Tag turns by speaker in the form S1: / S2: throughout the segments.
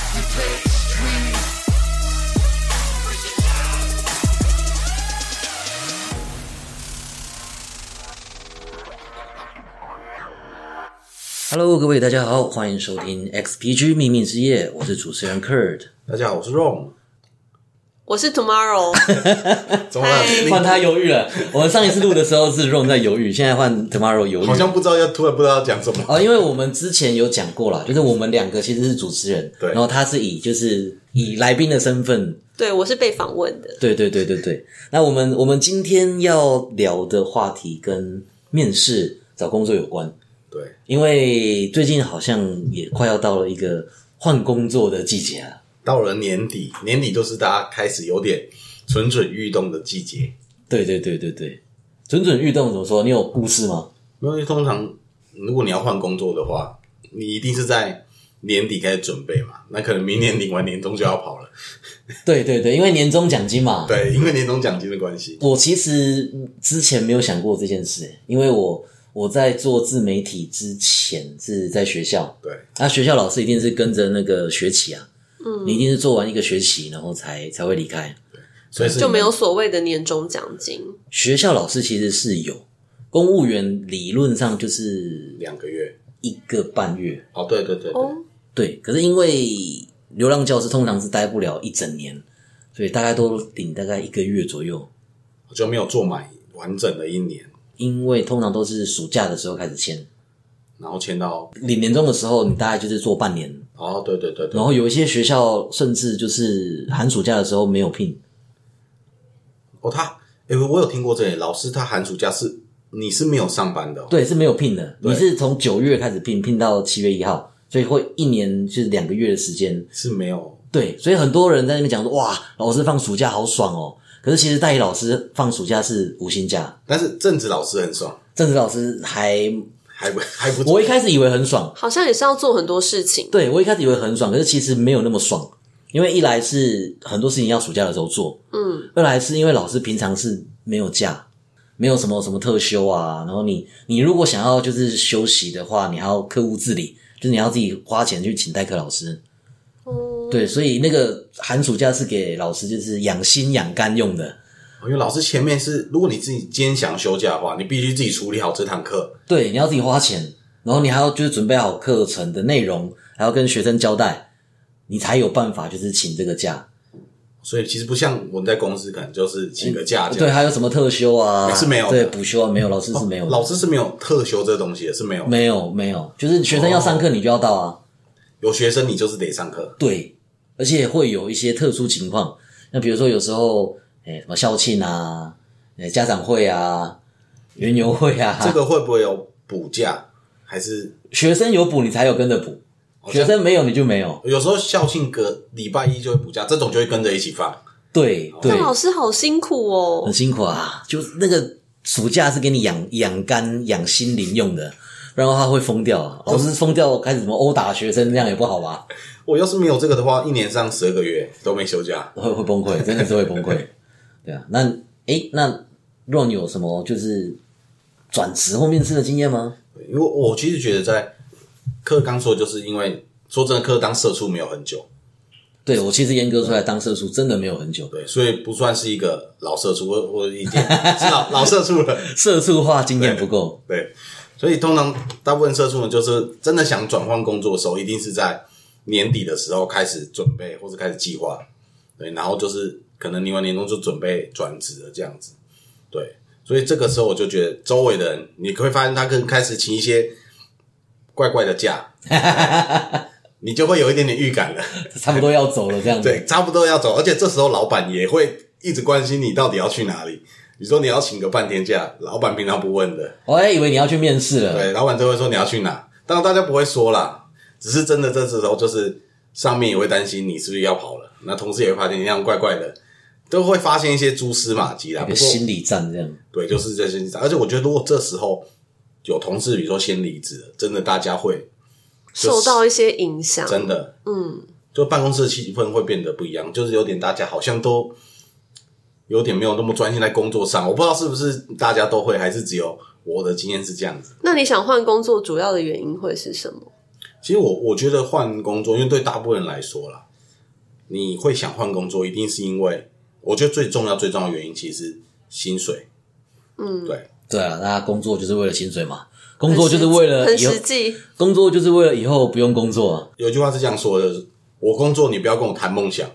S1: State Street.
S2: 哈喽，各位大家好，欢迎收听 XPG 秘密之夜，我是主持人 Kurt。
S3: 大家好，我是 Rom。
S4: 我 是 Tomorrow，
S3: 怎么了？
S4: 嗨
S3: 你
S2: 换他犹豫了，我们上一次录的时候是 Ron 在犹豫，现在换 Tomorrow 犹豫。
S3: 好像不知道要突然不知道要讲什么。
S2: 哦，因为我们之前有讲过啦，就是我们两个其实是主持人，
S3: 对
S2: 然后他是以就是以来宾的身份，
S4: 对我是被访问的。
S2: 对对对对对。那我们我们今天要聊的话题跟面试找工作有关，
S3: 对，
S2: 因为最近好像也快要到了一个换工作的季节啊。
S3: 到了年底，年底就是大家开始有点蠢蠢欲动的季节。
S2: 对对对对对，蠢蠢欲动怎么说？你有故事吗？
S3: 因为通常如果你要换工作的话，你一定是在年底开始准备嘛。那可能明年领完年终就要跑了。
S2: 对对对，因为年终奖金嘛。
S3: 对，因为年终奖金的关系。
S2: 我其实之前没有想过这件事，因为我我在做自媒体之前是在学校，
S3: 对，
S2: 那学校老师一定是跟着那个学期啊，嗯，你一定是做完一个学期，然后才才会离开。
S3: 所以是
S4: 就没有所谓的年终奖金，
S2: 学校老师其实是有，公务员理论上就是
S3: 两个月。
S2: 一个半月，
S3: 哦，对对对对，
S4: 哦
S2: 对，可是因为流浪教师通常是待不了一整年，所以大概都领大概一个月左右。
S3: 我就没有做满完整的一年，
S2: 因为通常都是暑假的时候开始签，
S3: 然后签到。
S2: 领年终的时候，你大概就是做半年，
S3: 哦，对对对对
S2: 然，后有一些学校甚至就是寒暑假的时候没有聘，
S3: 哦，他，诶、我有听过这里，老师他寒暑假是你是没有上班的、哦，
S2: 对，是没有聘的。
S3: 对
S2: 你是从九月开始聘，聘到七月一号，所以会一年就是两个月的时间。
S3: 是没有，
S2: 对，所以很多人在那边讲说，哇，老师放暑假好爽哦。可是其实代理老师放暑假是无薪假，
S3: 但是正职老师很爽，
S2: 政治老师还，
S3: 还不还不
S2: 我一开始以为很爽，
S4: 好像也是要做很多事情。
S2: 对我一开始以为很爽，可是其实没有那么爽，因为一来是很多事情要暑假的时候做，
S4: 嗯，
S2: 二来是因为老师平常是没有假，没有什么什么特休啊，然后你你如果想要就是休息的话，你还要客户自理，就是你要自己花钱去请代课老师。
S4: 哦，
S2: 对，所以那个寒暑假是给老师就是养心养肝用的。
S3: 哦因为老师前面是，如果你自己今天想休假的话，你必须自己处理好这堂课，
S2: 对，你要自己花钱，然后你还要就是准备好课程的内容，还要跟学生交代，你才有办法就是请这个假。
S3: 所以其实不像我们在公司可能就是请个假这
S2: 对，
S3: 样，
S2: 还有什么特休啊？
S3: 是没有的
S2: 对补休啊，没有，老师是没有的，
S3: 老师是没有特休这东西的，是没有，
S2: 没有没有，就是学生要上课你就要到啊。
S3: 哦有学生你就是得上课，
S2: 对，而且会有一些特殊情况，那比如说有时候，哎、什么校庆啊，哎、家长会啊，园游会啊，
S3: 这个会不会有补假？还是
S2: 学生有补你才有跟着补，学生没有你就没有。
S3: 有时候校庆隔礼拜一就会补假，这种就会跟着一起放。
S2: 对对
S4: 那，老师好辛苦
S2: 很
S4: 哦。
S2: 辛苦啊，就那个暑假是给你养养肝、养心灵用的。不然的话会疯掉啊！老师疯掉，开始什么殴打学生，这样也不好 吧？
S3: 我要是没有这个的话，一年上十二个月都没休假。
S2: 会会崩溃，真的是会崩 溃。对啊，那诶，那若你有什么就是转职或面试的经验吗？
S3: 因为我其实觉得在课刚说，就是因为说真的，课当社畜没有很久，
S2: 对我其实严格出来当社畜真的没有很久，
S3: 对，所以不算是一个老社畜，我我已经是老老社畜了，
S2: 社畜化经验不够。
S3: 对，所以通常大部分社畜呢，就是真的想转换工作的时候，一定是在年底的时候开始准备或者开始计划，对，然后就是可能你完年终就准备转职了这样子，对，所以这个时候我就觉得周围的人，你会发现他可能开始请一些怪怪的假，你就会有一点点预感了。
S2: 差不多要走了这样子。
S3: 对，差不多要走，而且这时候老板也会一直关心你到底要去哪里。你说你要请个半天假，老板平常不问的，
S2: 我还以为你要去面试了。
S3: 对，老板都会说你要去哪，当然大家不会说啦，只是真的这时候就是上面也会担心你是不是要跑了，那同事也会发现你那样怪怪的，都会发现一些蛛丝马迹啦。
S2: 有
S3: 不
S2: 个
S3: 过
S2: 心理战这样，
S3: 对，就是这些，而且我觉得如果这时候有同事，比如说先离职了，真的大家会
S4: 受到一些影响，
S3: 真的
S4: 嗯，
S3: 就办公室的气氛会变得不一样，就是有点大家好像都有点没有那么专心在工作上，我不知道是不是大家都会，还是只有我的经验是这样子。
S4: 那你想换工作主要的原因会是什么？
S3: 其实我我觉得换工作，因为对大部分人来说啦，你会想换工作，一定是因为我觉得最重要、最重要的原因其实是薪水。嗯，对，
S2: 对啊，那工作就是为了薪水嘛，工作就是为了
S4: 很
S2: 以
S4: 实
S2: 后
S4: 很实，际，
S2: 工作就是为了以后不用工作啊。
S3: 有一句话是这样说的：我工作，你不要跟我谈梦想。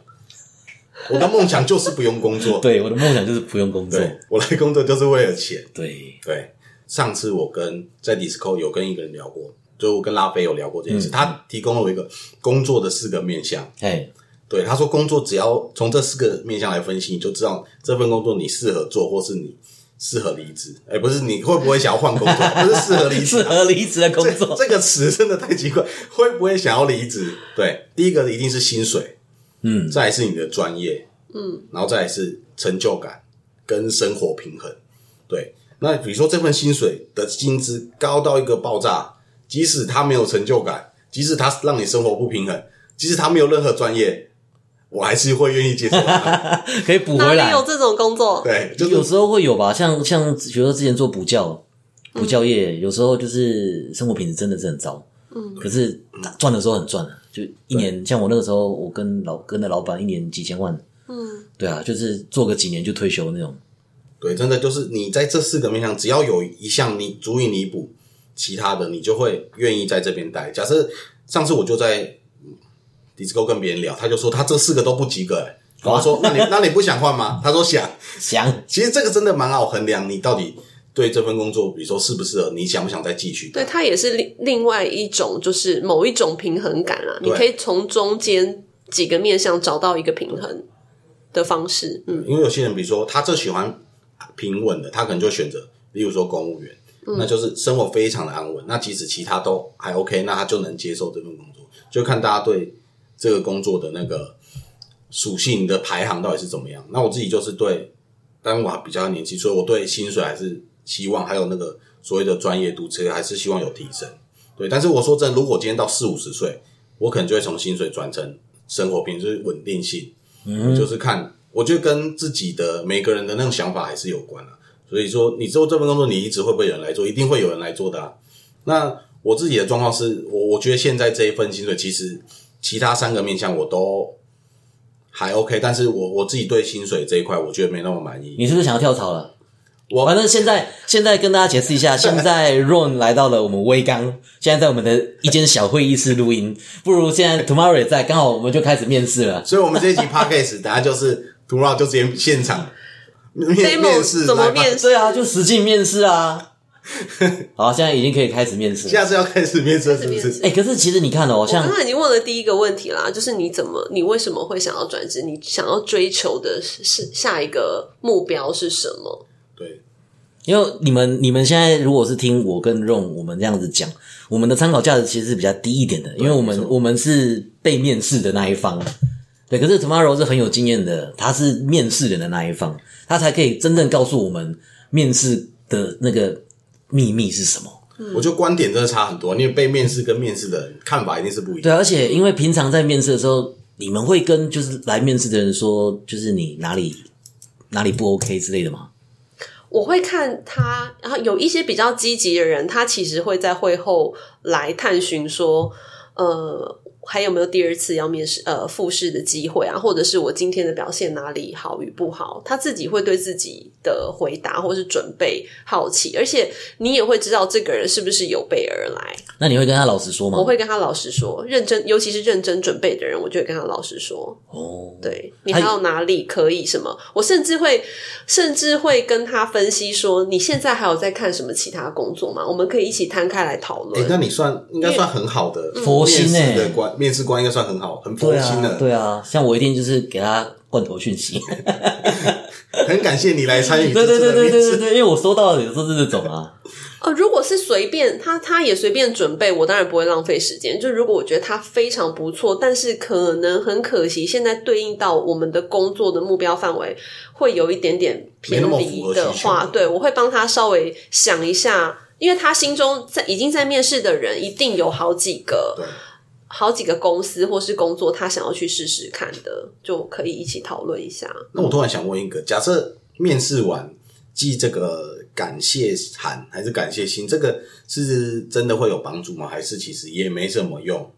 S3: 我的梦想就是不用工作，
S2: 对，我的梦想就是不用工作。
S3: 对我来工作就是为了钱。
S2: 对，
S3: 对，上次我跟在 Disco 有跟一个人聊过，就我跟拉菲有聊过这件事，他提供了我一个工作的四个面向。
S2: 嘿，
S3: 对，他说工作只要从这四个面向来分析，你就知道这份工作你适合做，或是你适合离职。哎，不是你会不会想要换工作，不是适合离职
S2: 适
S3: 啊、
S2: 合离职的工作。
S3: 这这个词真的太奇怪，会不会想要离职？对，第一个一定是薪水，
S2: 嗯，
S3: 再来是你的专业，嗯，然后再来是成就感跟生活平衡。对，那比如说这份薪水的薪资高到一个爆炸，即使他没有成就感，即使他让你生活不平衡，即使他没有任何专业，我还是会愿意接受他。
S2: 可以补
S4: 哪
S2: 回
S4: 里
S2: 来。
S4: 有这种工作？
S3: 对，就
S2: 有
S3: 是
S2: 时候会有吧，像像比如说之前做补教，
S4: 嗯
S2: 补教业、有时候就是生活品质真的是很糟。嗯，可是赚的时候很赚啊，就一年，像我那个时候，我跟老跟的老板一年几千万。嗯，对啊，就是做个几年就退休那种。
S3: 对，真的就是你在这四个面向，只要有一项你足以弥补其他的，你就会愿意在这边待。假设上次我就在 Disco 跟别人聊，他就说他这四个都不及格、欸。我说：“那你那你不想换吗？”他说：“想。”
S2: 想
S3: 其实这个真的蛮好衡量，你到底对这份工作，比如说适不适合，你想不想再继续？
S4: 对，它也是另另外一种，就是某一种平衡感啦。你可以从中间几个面向找到一个平衡的方式。嗯，
S3: 因为有些人，比如说他就喜欢平稳的，他可能就选择，例如说公务员，那就是生活非常的安稳。那即使其他都还 OK，那他就能接受这份工作，就看大家对这个工作的那个属性的排行到底是怎么样。那我自己就是对，但我还比较年轻，所以我对薪水还是希望，还有那个所谓的专业度，其实还是希望有提升。对，但是我说真的，如果今天到四五十岁，我可能就会从薪水转成生活品质稳定性，嗯，就是看，我觉得跟自己的每个人的那种想法还是有关啊。所以说，你做这份工作，你一直会不会有人来做？一定会有人来做的啊。那我自己的状况是，我我觉得现在这一份薪水，其实其他三个面向我都还 OK，但是我我自己对薪水这一块，我觉得没那么满意。
S2: 你是不是想要跳槽了？
S3: 我
S2: 反正现在现在跟大家解释一下，现在 Ron 来到了我们微刚，现在在我们的一间小会议室录音。不如现在 Tomorrow 也在，刚好我们就开始面试了。
S3: 所以，我们这一集 podcast 等下就是图绕就直接现场面
S4: demo
S3: 面试，
S4: 怎么
S3: 来吧
S4: 面试？
S2: 对啊，就实际面试啊。好，现在已经可以开始面试了。
S3: 下次要开始面试是不
S4: 面
S3: 是？
S2: 哎、可是其实你看哦，
S4: 我刚
S2: 像
S4: 刚已经问了第一个问题啦，就是你怎么，你为什么会想要转职？你想要追求的是是下一个目标是什么？
S3: 对，
S2: 因为你们你们现在如果是听我跟 Ron 我们这样子讲，我们的参考价值其实是比较低一点的，因为我
S3: 没
S2: 们
S3: 错
S2: 我们是被面试的那一方。对，可是 Tomorrow 是很有经验的，他是面试人的那一方，他才可以真正告诉我们面试的那个秘密是什么。
S3: 我觉得观点真的差很多，因为被面试跟面试的人看法一定是不一样。
S2: 对，而且因为平常在面试的时候，你们会跟就是来面试的人说，就是你哪里哪里不 OK 之类的吗？
S4: 我会看他，然后有一些比较积极的人，他其实会在会后来探寻说，呃，还有没有第二次要面试呃复试的机会啊，或者是我今天的表现哪里好与不好，他自己会对自己的回答或是准备好奇，而且你也会知道这个人是不是有备而来。
S2: 那你会跟他老实说吗？
S4: 我会跟他老实说，认真，尤其是认真准备的人，我就会跟他老实说。
S2: 哦，
S4: 对你
S2: 他
S4: 还有哪里可以什么？我甚至会甚至会跟他分析说，你现在还有在看什么其他工作吗？我们可以一起摊开来讨
S3: 哎、
S4: 论。
S3: 那你算应该算很好的
S2: 啊佛心
S3: 面试
S2: 欸
S3: 的官，面试官应该算很好，很佛
S2: 对
S3: 心的。
S2: 啊，对啊，像我一定就是给他罐头讯 息。
S3: 很感哎谢你来参与
S2: 对
S3: 这
S2: 啊对对
S3: 次的
S2: 对
S3: 面
S2: 对对
S3: 试。
S2: 对，因为我收到的有时候是这种啊，
S4: 呃，如果是随便他，他也随便准备，我当然不会浪费时间。就如果我觉得他非常不错，但是可能很可惜，现在对应到我们的工作的目标范围会有一点点偏
S3: 没那么符
S4: 离
S3: 合
S4: 的
S3: 需求
S4: 话，对我会帮他稍微想一下，因为他心中在已经在面试的人一定有好几个
S3: 对。
S4: 好几个公司或是工作，他想要去试试看的，就可以一起讨论一下。
S3: 那我突然想问一个，假设面试完寄这个感谢函还是感谢信，这个是真的会有帮助吗？还是其实也没什么用？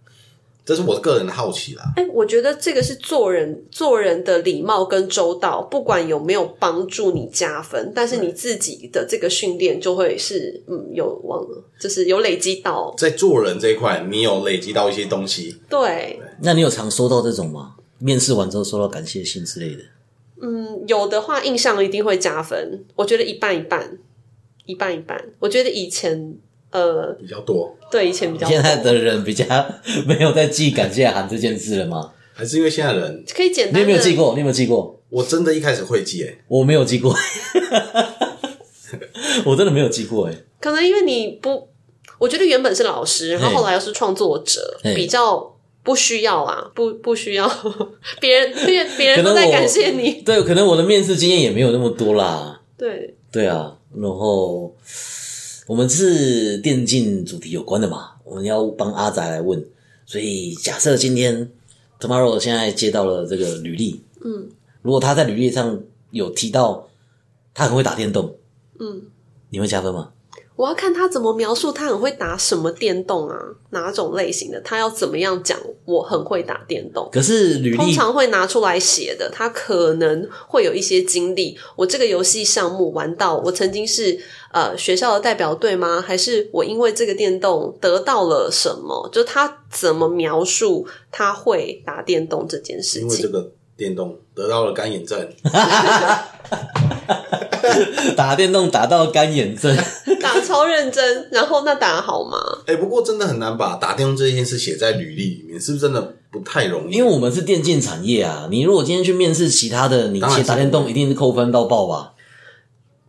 S3: 这是我个人的好奇啦。
S4: 哎，我觉得这个是做人做人的礼貌跟周到，不管有没有帮助你加分，但是你自己的这个训练就会是嗯有往，就是有累积到。
S3: 在做人这一块，你有累积到一些东西，
S4: 对，
S2: 那你有常收到这种吗？面试完之后收到感谢信之类的，
S4: 嗯，有的话印象一定会加分。我觉得一半一半，一半一半。我觉得以前呃，
S3: 比较多，
S4: 对以前比较
S2: 现在
S4: 多
S2: 的人比较没有在寄感谢函这件事了吗？
S3: 还是因为现在人，
S4: 可以简
S2: 你
S4: 单的
S2: 有没有寄过？你有没有寄过？
S3: 我真的一开始会记、欸，
S2: 我没有寄过， 我真的没有寄过哎、欸
S4: 可能因为你不，我觉得原本是老师，然后
S2: 嘿
S4: 后来又是创作者，
S2: 嘿
S4: 比较不需要啦，不不需要 别人，因为别
S2: 可
S4: 人
S2: 能
S4: 都
S2: 我
S4: 在感谢你。
S2: 对，可能我的面试经验也没有那么多啦。
S4: 对，
S2: 对啊，然后我们是电竞主题有关的嘛，我们要帮阿宅来问，所以假设今天 tomorrow 现在接到了这个履历，
S4: 嗯
S2: 如果他在履历上有提到他很会打电动，
S4: 嗯，
S2: 你会加分吗？
S4: 我要看他怎么描述，他很会打什么电动啊，哪种类型的，他要怎么样讲我很会打电动。
S2: 可是履
S4: 通
S2: 历
S4: 常会拿出来写的，他可能会有一些经历。我这个游戏项目玩到，我曾经是呃学校的代表队吗？还是我因为这个电动得到了什么？就他怎么描述他会打电动这件事
S3: 因为这
S4: 情？
S3: 个电动得到了干眼症，
S2: 打电动打到干眼症，
S4: 打超认真，然后那打好吗？
S3: 哎、不过真的很难把打电动这件事写在履历里面，是不是真的不太容易？
S2: 因为我们是电竞产业啊，你如果今天去面试其他的，你
S3: 当然
S2: 写
S3: 是
S2: 打电动一定是扣分到爆吧？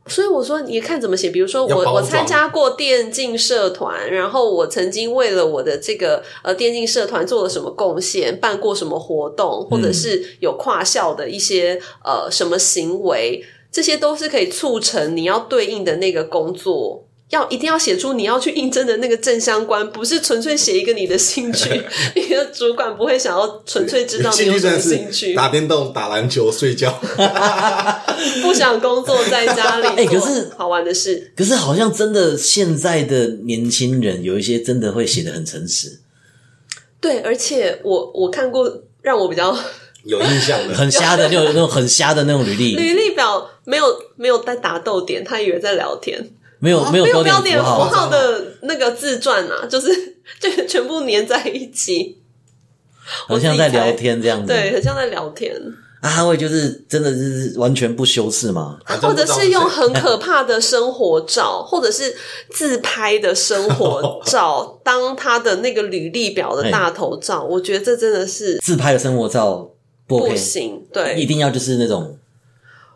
S4: 所以我说，你看怎么写。比如说
S3: 要
S4: 我，
S3: 包
S4: 我
S3: 装
S4: 参加过电竞社团，然后我曾经为了我的这个呃电竞社团做了什么贡献，办过什么活动，或者是有跨校的一些呃什么行为，这些都是可以促成你要对应的那个工作。要一定要写出你要去应征的那个正相关，不是纯粹写一个你的兴趣，你的主管不会想要纯粹知道你
S3: 兴
S4: 有
S3: 趣
S4: 什
S3: 真
S4: 么
S3: 的
S4: 兴
S3: 是
S4: 趣，
S3: 打电动、打篮球、睡 觉，
S4: 不想工作在家里做。
S2: 哎可是
S4: 好玩的事，
S2: 可是好像真的现在的年轻人有一些真的会写的很诚实，
S4: 对，而且我我看过让我比较
S3: 有印象的。
S2: 很瞎的，就有那种很瞎的那种履 历，
S4: 履历表没有没有在打逗点，他以为在聊天，
S2: 没有没有
S4: 没有
S2: 标
S4: 标
S2: 点
S4: 点
S2: 符
S4: 符
S2: 号，
S4: 号的那个自传啊，就是 就全部粘在一起，
S2: 好像在聊天这样子。
S4: 对，很像在聊天，
S2: 啊，他会就是真的是完全不修饰嘛？
S3: 反正
S4: 或
S3: 不
S4: 者
S3: 知道
S4: 是用
S3: 谁
S4: 很可怕的生活照，或者是自拍的生活照当他的那个履历表的大头照，我觉得这真的是
S2: 自拍的生活照不 OK，
S4: 不行，
S2: 一
S4: 对。
S2: 定要就是那种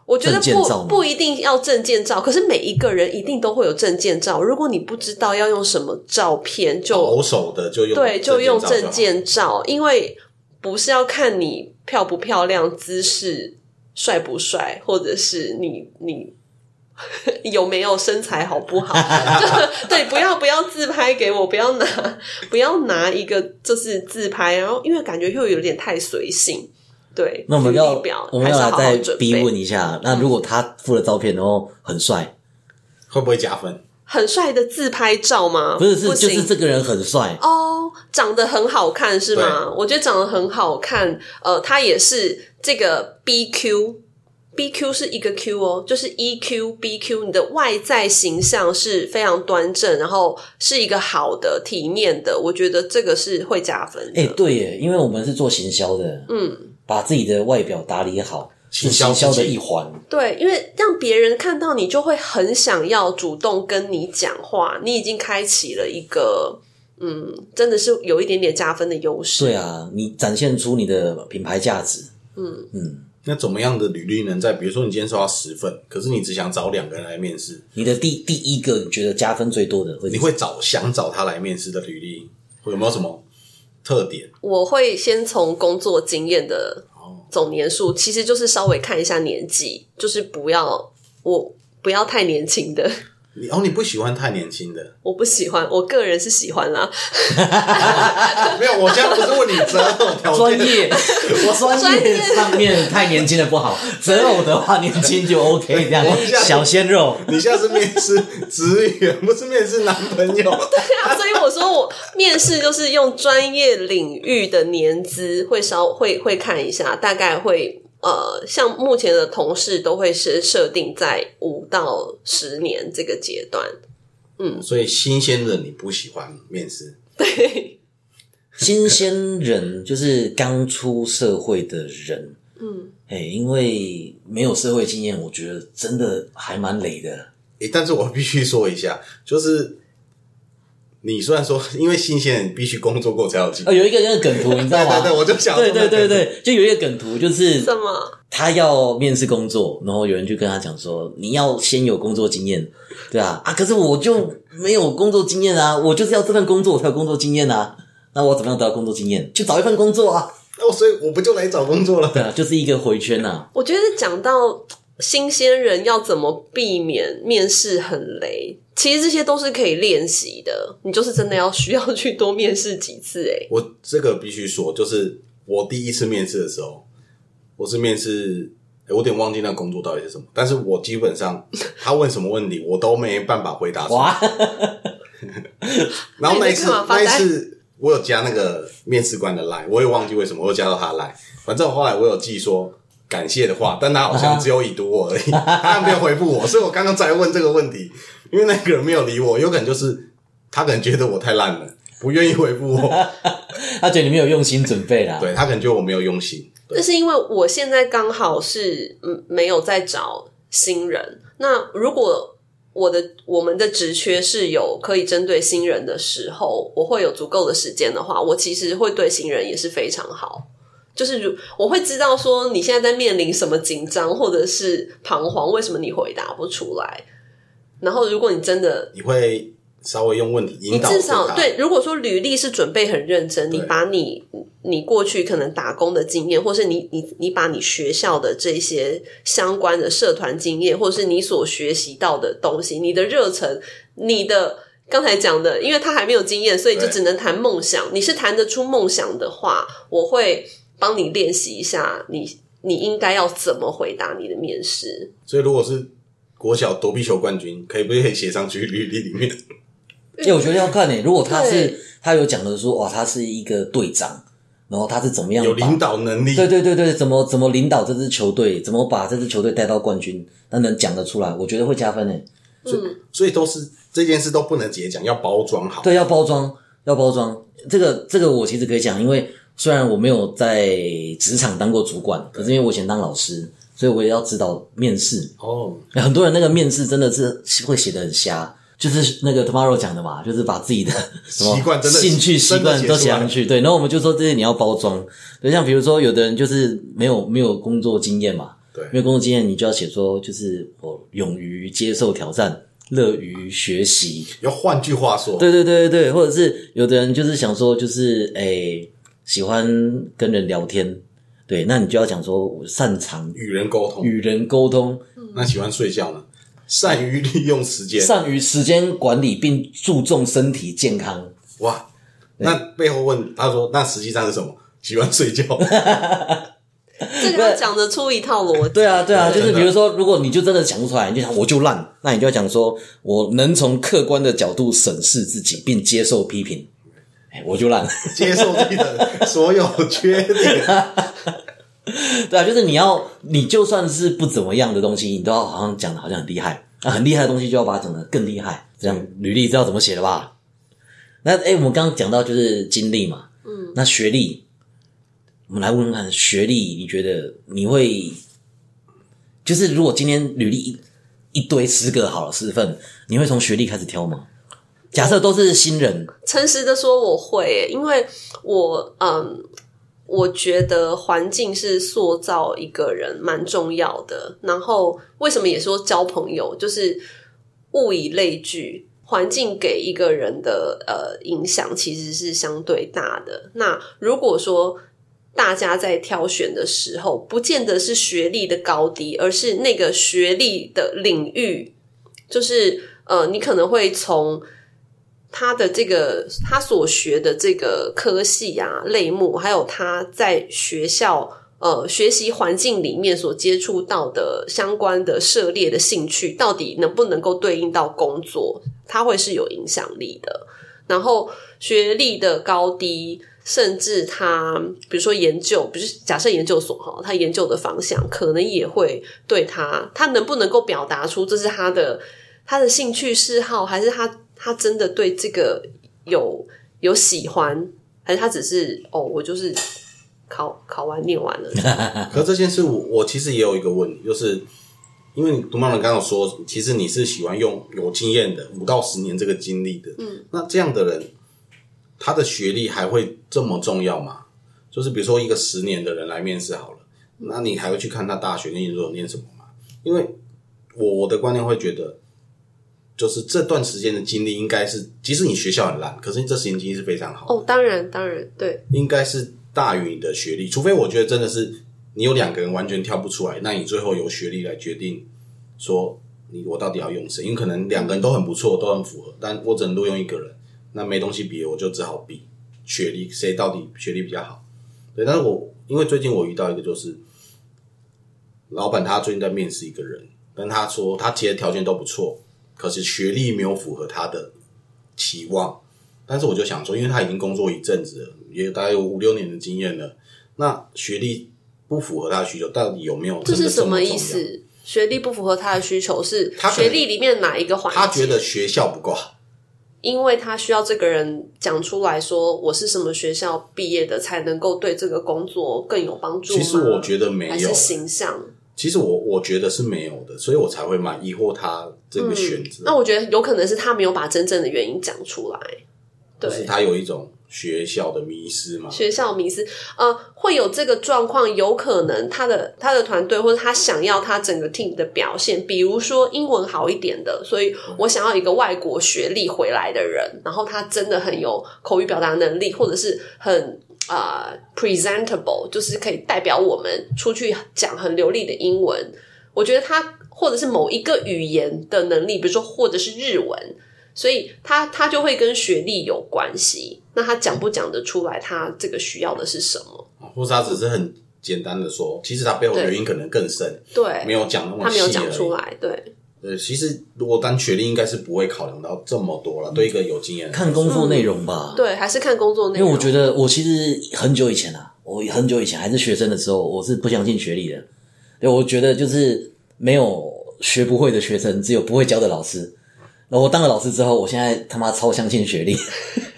S4: 我觉
S2: 证
S4: 得
S2: 件照
S4: 不
S2: 吗
S4: 不一定要证件照，可是每一个人一定都会有证件照。如果你不知道要用什么照片，就、
S2: 哦
S3: 保守的就用
S4: 对，就用证
S3: 证件照
S4: 件照，因为不是要看你漂不漂亮、姿势帅不帅，或者是你你 有没有身材好 不好？就对，不要不要自拍给我，不要拿不要拿一个就是自拍，然后因为感觉又有点太随性。对，
S2: 那我们
S4: 履
S2: 要
S4: 历表
S2: 我们
S4: 还
S2: 要
S4: 是
S2: 来
S4: 好好
S2: 再
S4: 准
S2: 逼
S4: 备嗯
S2: 问一下，那如果他附的照片然后很帅，
S3: 就好会不会加分？
S4: 很帅的自拍照吗？
S2: 不是是就
S4: 行
S2: 是这个人很帅，
S4: 哦，长得很好看是吗？我觉得长得很好看，呃，他也是这个 BQ。BQ 是一个 Q 哦，就是 EQ、BQ，你的外在形象是非常端正，然后是一个好的、体面的，我觉得这个是会加分的。
S2: 哎、对耶，因为我们是做行销的，
S4: 嗯，
S2: 把自己的外表打理好是
S3: 行销
S2: 行销的
S3: 自己
S2: 一环，
S4: 对，因为让别人看到你，就会很想要主动跟你讲话，你已经开启了一个，嗯，真的是有一点点加分的优势。
S2: 对啊，你展现出你的品牌价值，嗯嗯，
S3: 那怎么样的履历能在？比如说你今天收到十份，可是你只想找两个人来面试，
S2: 你的第第一个你觉得加分最多的会是
S3: 你会找想找他来面试的履历，会有没有什么特点？
S4: 我会先从工作经验的
S3: 哦
S4: 总年数，其实就是稍微看一下年纪，就是不要我不要太年轻的，
S3: 你哦，你不喜欢太年轻的？
S4: 我不喜欢，我个人是喜欢啦。
S3: 没有，我现在不是问你 择偶条件，
S2: 专业， 我专业上面太年轻的不好， 择偶的话年轻就 OK 这样
S3: 等一下，
S2: 小鲜肉。
S3: 你现在是面试职员， 不是面试男朋 友。
S4: 对啊，所以我说我面试就是用专业领域的年资会稍会会看一下，大概会呃，像目前的同事都会是设定在五到十年这个阶段。
S3: 所以新鲜人你不喜欢面试，
S4: 对，
S2: 新鲜人就是刚出社会的人，
S4: 嗯，
S2: 哎、因为没有社会经验，我觉得真的还蛮累的。
S3: 诶，但是我必须说一下，就是你虽然说，因为新鲜人必须工作过才有机
S2: 呃，
S3: 会。
S2: 有一个那个梗图，你知道吗？
S3: 对对对，我就想
S2: 呃对对对
S3: 对，
S2: 对，就有一个梗图，就是
S4: 什么？
S2: 他要面试工作，然后有人就跟他讲说，你要先有工作经验，对啊，啊，可是我就没有工作经验啊，我就是要这份工作我才有工作经验啊，那我怎么样得到工作经验？去找一份工作啊，
S3: 哦，所以我不就来找工作了？
S2: 对啊，就是一个回圈啊呐、
S4: 我觉得讲到新鲜人要怎么避免面试很雷，其实这些都是可以练习的。你就是真的要需要去多面试几次、欸，
S3: 我这个必须说，就是我第一次面试的时候，我是面试，诶我有点忘记那个工作到底是什么，但是我基本上他问什么问题，我都没办法回答出来。
S2: 哇，
S3: 然后那一次
S4: 那你在干嘛，发
S3: 那
S4: 呆
S3: 一次我有加那个面试官的 line，我也忘记为什么我有加到他的 line。反正我后来我有记说感谢的话，但他好像只有已读我而已， 他还没有回复我，所以我刚刚才问这个问题，因为那个人没有理我，有可能就是他可能觉得我太烂了，不愿意回复 我，
S2: 他觉得你没有用心准备啦，
S3: 对他可能觉得我没有用心。对
S4: 那是因为我现在刚好是嗯没有在找新人。那如果我的我们的职缺是有可以针对新人的时候，我会有足够的时间的话，我其实会对新人也是非常好。就是如我会知道说你现在在面临什么紧张或者是彷徨，为什么你回答不出来？然后如果你真的
S3: 你会稍微用问题
S4: 你
S3: 引导
S4: 至
S3: 着
S4: 少
S3: 他，
S4: 对，如果说履历是准备很认真，你
S3: 对
S4: 把你你过去可能打工的经验，或是你你你把你学校的这些相关的社团经验，或者是你所学习到的东西，你的热忱，你的刚才讲的，因为他还没有经验，所以就
S3: 对
S4: 只能谈梦想。你是谈得出梦想的话，我会帮你练习一下你。你应该要怎么回答你的面试？
S3: 所以如果是国小躲避球冠军，可以不可以写上去履历里面？
S2: 哎、我觉得要看呢、如果他
S4: 对
S2: 是他有讲的说，哇，他是一个队长，然后他是怎么样
S3: 有
S2: 把
S3: 领导能力，
S2: 对对对对，怎么怎么领导这支球队，怎么把这支球队带到冠军，那能讲得出来，我觉得会加分欸诶。
S3: 所以都是这件事都不能直接讲，要包装好。
S2: 对，要包装，要包装。这个这个我其实可以讲，因为虽然我没有在职场当过主管，可是因为我以前当老师，所以我也要指导面试。
S3: 哦，
S2: 很多人那个面试真的是会写的很瞎，就是那个 tomorrow 讲的嘛，就是把自 己的什么
S3: 习惯真的
S2: 兴趣习
S3: 真的
S2: 惯都写
S3: 写出
S2: 上
S3: 来
S2: 去。对，然后我们就说这些你要包装，就像比如说有的人就是没有没有工作经验嘛，
S3: 对
S2: 没有工作经验你就要写说就是我勇于接受挑战，乐于学习，
S3: 要换句话说，
S2: 对对对对对，或者是有的人就是想说，就是诶、喜欢跟人聊天，对，那你就要讲说我擅长
S3: 与人沟通。
S2: 与人沟通，
S3: 那喜欢睡觉呢？善于利用时间。
S2: 善于时间管理，并注重身体健康。
S3: 哇，那背后问他说，那实际上是什么？喜欢睡觉。
S4: 这个要讲得出一套逻辑。
S2: 对啊，对啊，
S3: 对
S2: 就是
S3: 真的
S2: 比如说，如果你就真的讲不出来，你就想我就烂，那你就要讲说，我能从客观的角度审视自己，并接受批评。哎，我就烂，
S3: 接受自己的所有缺点，
S2: 对啊，就是你要，你就算是不怎么样的东西，你都要好像讲的好像很厉害，那、很厉害的东西就要把它讲的更厉害。这样履历知道怎么写了吧？那哎、诶我们刚刚讲到就是经历嘛，嗯，那学历，我们来问问看，学历你觉得你会，就是如果今天履历一一堆十个好了十份，你会从学历开始挑吗？假设都是新人，
S4: 诚实的说，我会耶、因为我嗯，我觉得环境是塑造一个人蛮重要的。然后为什么也说交朋友，就是物以类聚，环境给一个人的呃影响其实是相对大的。那如果说大家在挑选的时候，不见得是学历的高低，而是那个学历的领域，就是呃，你可能会从他的这个他所学的这个科系啊、类目，还有他在学校呃学习环境里面所接触到的相关的涉猎的兴趣，到底能不能够对应到工作，它会是有影响力的。然后学历的高低，甚至他比如说研究，比如假设研究所哈，他研究的方向可能也会对他，他能不能够表达出这是他的他的兴趣嗜好，还是他他真的对这个有有喜欢，还是他只是哦，我就是考考完念完 了，
S3: 可这件事我我其实也有一个问题，就是因为独猫人刚刚有说，其实你是喜欢用有经验的五到十年这个经历的，嗯，那这样的人，他的学历还会这么重要吗？就是比如说一个十年的人来面试好了，那你还会去看他大学念说念什么吗？因为我我的观念会觉得，就是这段时间的经历应该是，即使你学校很烂，可是你这十年经历是非常好的
S4: 哦，当然当然对，
S3: 应该是大于你的学历，除非我觉得真的是你有两个人完全跳不出来，那你最后由学历来决定说你我到底要用谁，因为可能两个人都很不错，都很符合，但我只能录用一个人，那没东西比，我就只好比学历谁到底学历比较好。对，但是我因为最近我遇到一个就是老板他最近在面试一个人，但他说他其实条件都不错，可是学历没有符合他的期望。但是我就想说，因为他已经工作一阵子了，也大概有五六年的经验了，那学历不符合他的需求，到底有没有
S4: 这
S3: 真的
S4: 是什
S3: 么
S4: 么
S3: 重
S4: 意
S3: 要？
S4: 思？学历不符合他的需求是
S3: 他可能
S4: 学历里面哪一个环节？
S3: 他觉得学校不够好，
S4: 因为他需要这个人讲出来说我是什么学校毕业的，才能够对这个工作更有帮助吗。
S3: 其实我觉得没
S4: 还
S3: 有
S4: 是，形象。
S3: 其实我我觉得是没有的，所以我才会蛮疑惑他这个选择。
S4: 那我觉得有可能是他没有把真正的原因讲出来。对，
S3: 就是他有一种学校的迷失嘛，
S4: 学校迷失，呃，会有这个状况，有可能他的他的团队或者他想要他整个 team 的表现，比如说英文好一点的，所以我想要一个外国学历回来的人，然后他真的很有口语表达能力，或者是很啊、呃 presentable，就是可以代表我们出去讲很流利的英文。我觉得他或者是某一个语言的能力，比如说或者是日文，所以他他就会跟学历有关系。那他讲不讲得出来，他这个需要的是什么？
S3: 啊或是他只是很简单的说，其实他背后原因可能更深，没
S4: 对，
S3: 有讲那么
S4: 他没有
S3: 细
S4: 讲
S3: 而已
S4: 出来。对，
S3: 呃，其实如果单学历应该是不会考量到这么多
S4: 嗯
S3: 了，对一个有经验的人
S2: 看工作内容吧。
S4: 对，还是看工作内
S2: 因
S4: 容。
S2: 为我觉得我其实很久以前啊，我很久以前还是学生的时候，我是不相信学历的。对，我觉得就是没有学不会的学生，只有不会教的老师。那我当了老师之后，我现在他妈超相信学历。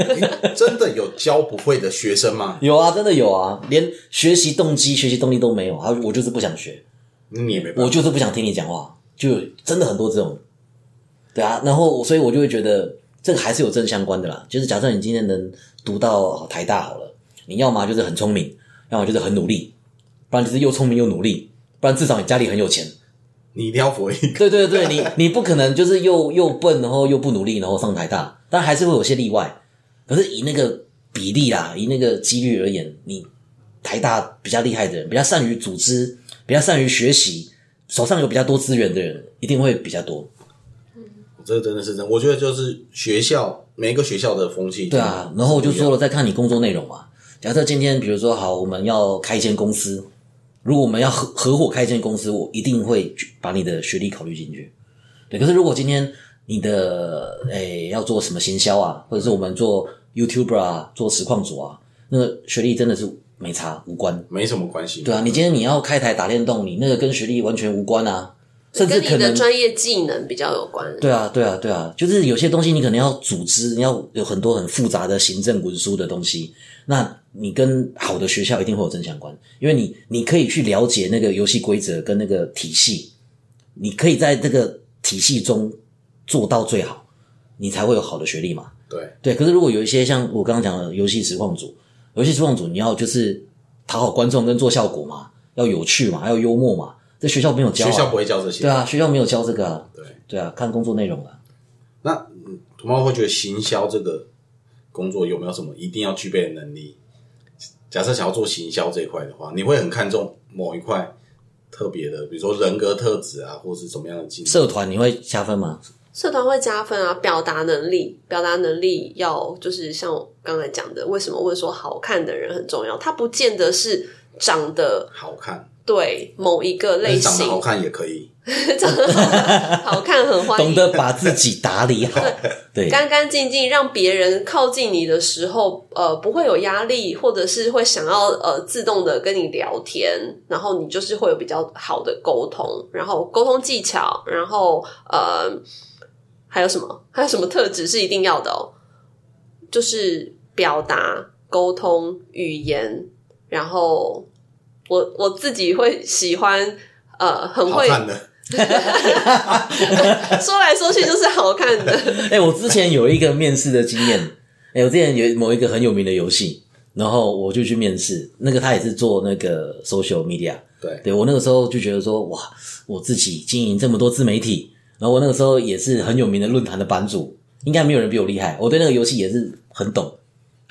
S3: 真的有教不会的学生吗？
S2: 有啊，真的有啊，连学习动机、学习动力都没有。他我就是不想学，
S3: 你也没办
S2: 我
S3: 法。
S2: 就是不想听你讲话，就真的很多这种。对啊，然后我所以我就会觉得这个还是有正相关的啦。就是假设你今天能读到台大好了，你要么就是很聪明，要么就是很努力，不然就是又聪明又努力，不然至少你家里很有钱。
S3: 你一定要符合一个，
S2: 对啊对对，你你不可能就是又又笨，然后又不努力，然后上台大，但还是会有些例外。可是以那个比例啦，以那个几率而言，你台大比较厉害的人，比较善于组织，比较善于学习，手上有比较多资源的人，一定会比较多。
S3: 这真的是真的。我觉得就是学校每一个学校的风气，
S2: 对啊，然后我就说
S3: 了，
S2: 了，再看你工作内容嘛。假设今天比如说好，我们要开一间公司，如果我们要合合伙开一间公司，我一定会去把你的学历考虑进去。对，可是如果今天你的诶、要做什么行销啊，或者是我们做 YouTuber 啊，做实况主啊，那个学历真的是没差无关。
S3: 没什么关系。
S2: 对啊，你今天你要开台打电动，你那个跟学历完全无关啊，甚至
S4: 跟
S2: 可
S4: 你的
S2: 能
S4: 专业技能比较有关。
S2: 对啊，对啊，对啊，就是有些东西你可能要组织，你要有很多很复杂的行政文书的东西，那你跟好的学校一定会有正相关，因为你你可以去了解那个游戏规则跟那个体系，你可以在这个体系中做到最好，你才会有好的学历嘛。
S3: 对，
S2: 对，可是如果有一些像我刚刚讲的游戏实况组，游戏实况组你要就是讨好观众跟做效果嘛，要有趣嘛，要幽默嘛，这学校没有教、啊，
S3: 学校不会教这些。
S2: 对啊，学校没有教这个啊。
S3: 对
S2: 对啊，看工作内容啊。
S3: 那嗯土猫会觉得行销这个工作有没有什么一定要具备的能力？假设想要做行销这一块的话，你会很看重某一块特别的，比如说人格特质啊，或是什么样的技能？
S2: 社团你会加分吗？
S4: 社团会加分啊，表达能力，表达能力要就是像我刚才讲的，为什么问说好看的人很重要？他不见得是长得
S3: 好看，
S4: 对某一个
S3: 但
S4: 类
S3: 是长
S4: 型
S3: 得好，看也可以。
S4: 长得好看好看很欢
S2: 懂
S4: 迎，
S2: 得把自己打理 好，对，
S4: 干干净净，让别人靠近你的时候，呃，不会有压力，或者是会想要呃自动的跟你聊天，然后你就是会有比较好的沟通，然后沟通技巧，然后呃，还有什么？还有什么特质是一定要的哦？就是表达、沟通、语言，然后我我自己会喜欢。呃，很
S3: 好
S4: 会
S3: 看的，
S4: 说来说去就是好看的，
S2: 哎、我之前有一个面试的经验，哎、我之前有某一个很有名的游戏，然后我就去面试，那个他也是做那个 social media，
S3: 对，
S2: 对我那个时候就觉得说，哇，我自己经营这么多自媒体，然后我那个时候也是很有名的论坛的版主，应该没有人比我厉害，我对那个游戏也是很懂，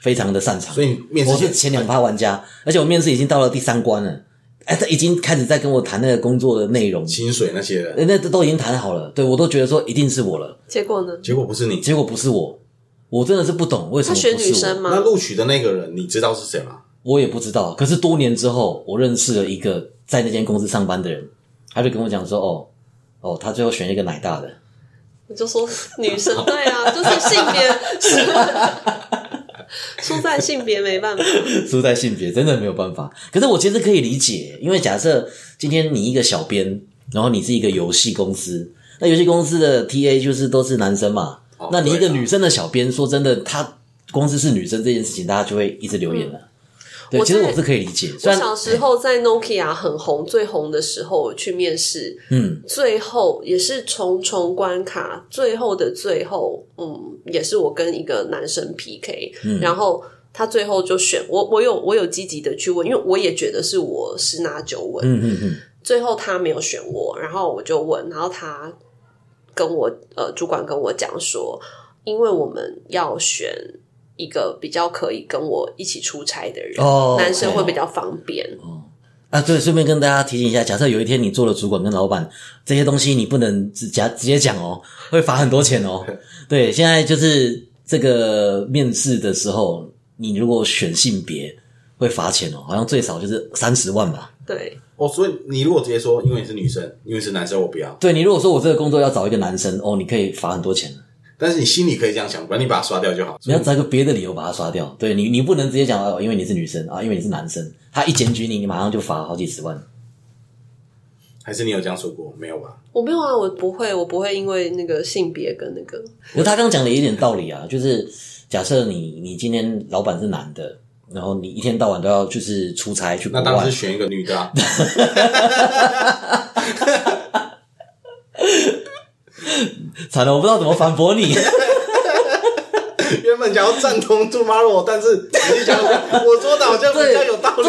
S2: 非常的擅长，
S3: 所以你面试
S2: 我是
S3: 前
S2: 前两趴玩家，而且我面试已经到了第三关了，哎，他已经开始在跟我谈那个工作的内容。
S3: 薪水那些的，
S2: 那那都已经谈好了，对我都觉得说一定是我了，
S4: 结果呢？
S3: 结果不是你。
S2: 结果不是我，我真的是不懂为什
S4: 他
S2: 么
S4: 选
S2: 不是
S4: 女
S2: 我，
S4: 生吗？
S3: 那录取的那个人，你知道是谁吗？
S2: 我也不知道。可是多年之后，我认识了一个在那间公司上班的人，他就跟我讲说：“哦，哦，他最后选一个奶大的。
S4: 我就说女生 对啊，就是性别， 输在性别没办法。”
S2: 输在性别真的没有办法。可是我其实可以理解，因为假设今天你一个小编，然后你是一个游戏公司，那游戏公司的 TA 就是都是男生嘛，
S3: 哦
S2: 那你一个
S3: 对啊
S2: 女生的小编，说真的，她公司是女生这件事情，大家就会一直留言了。对，
S3: 嗯
S4: 我
S2: 其实
S4: 在
S2: 我是可以理解，虽然
S4: 我小时候在 Nokia 很红、最红的时候去面试，
S2: 嗯，
S4: 最后也是重重关卡，最后的最后，嗯，也是我跟一个男生 PK，、然
S2: 嗯
S4: 后他最后就选我，我有我有积极的去问，因为我也觉得是我十拿九稳，
S2: 嗯嗯嗯，
S4: 最后他没有选我，然后我就问，然后他跟我呃主管跟我讲说，因为我们要选一个比较可以跟我一起出差的人，
S2: 哦
S4: 男生会比较方便。
S2: 啊，对，顺便跟大家提醒一下，假设有一天你做了主管跟老板，这些东西你不能直假直接讲哦，会罚很多钱 哦。对，现在就是这个面试的时候，你如果选性别会罚钱哦，好像最少就是三十万吧。
S4: 对，
S3: 哦，所以你如果直接说，因为你是女生，因为是男生，我不要。
S2: 对你如果说我这个工作要找一个男生哦，你可以罚很多钱，
S3: 但是你心里可以这样想，不然你把它刷掉就好。
S2: 你要找一个别的理由把它刷掉。对你，你不能直接讲哦，因为你是女生啊，因为你是男生，他一检举你，你马上就罚好几十万。
S3: 还是你有这样说过？没有吧？
S4: 我没有啊，我不会，我不会因为那个性别跟那个，
S2: 可是他刚刚讲的有一点道理啊，就是假设你你今天老板是男的，然后你一天到晚都要就是出差去国
S3: 那当然
S2: 外
S3: 是，选一个女 的、啊。
S2: 惨了，我不知道怎么反驳你。
S3: 原本想要赞同 Tomorrow，但是仔细想想，我说的好像比较有道理。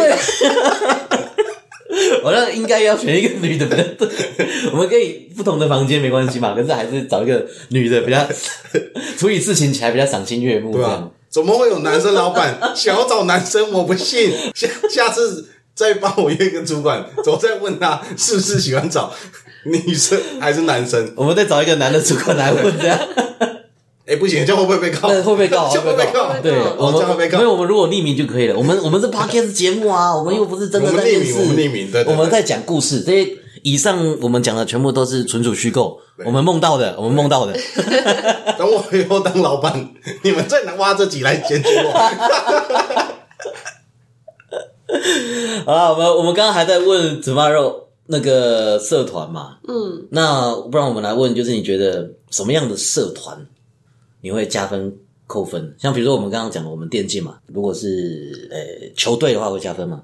S2: 我那应该要选一个女的比较对，我们可以不同的房间没关系嘛，可是还是找一个女的比较 处理事情起来比较赏心悦目这
S3: 对啊
S2: 样
S3: 吧。？怎么会有男生 老板想要找男生？我不信。下下次再帮我约一个主管，我再问他是不是喜欢找女生还是男生。
S2: 我们再找一个男的主管来问这样，
S3: 哎、不行，这样会不会被告？
S2: 那会不会告？
S3: 这样会不会
S2: 告？
S3: 告？
S2: 对，
S4: 哦
S2: 我
S3: 这样会不会
S2: 们
S3: 告
S2: 没有，我们如果匿名就可以了。我们我们是 podcast 节目 啊，我们又不是真的
S3: 我
S2: 在
S3: 们
S2: 面
S3: 匿名，
S2: 试，
S3: 我们匿名，对对对
S2: 我们在讲故事，这些以上我们讲的全部都是纯属虚构，我们梦到的，我们梦 到的。
S3: 等我以后当老板，你们再拿挖这集来检举我。
S2: 好啦，我们我们刚刚还在问紫发肉那个社团嘛，嗯，那不然我们来问，就是你觉得什么样的社团你会加分扣分？像比如说我们刚刚讲的，我们电竞嘛，如果是呃、球队的话会加分吗？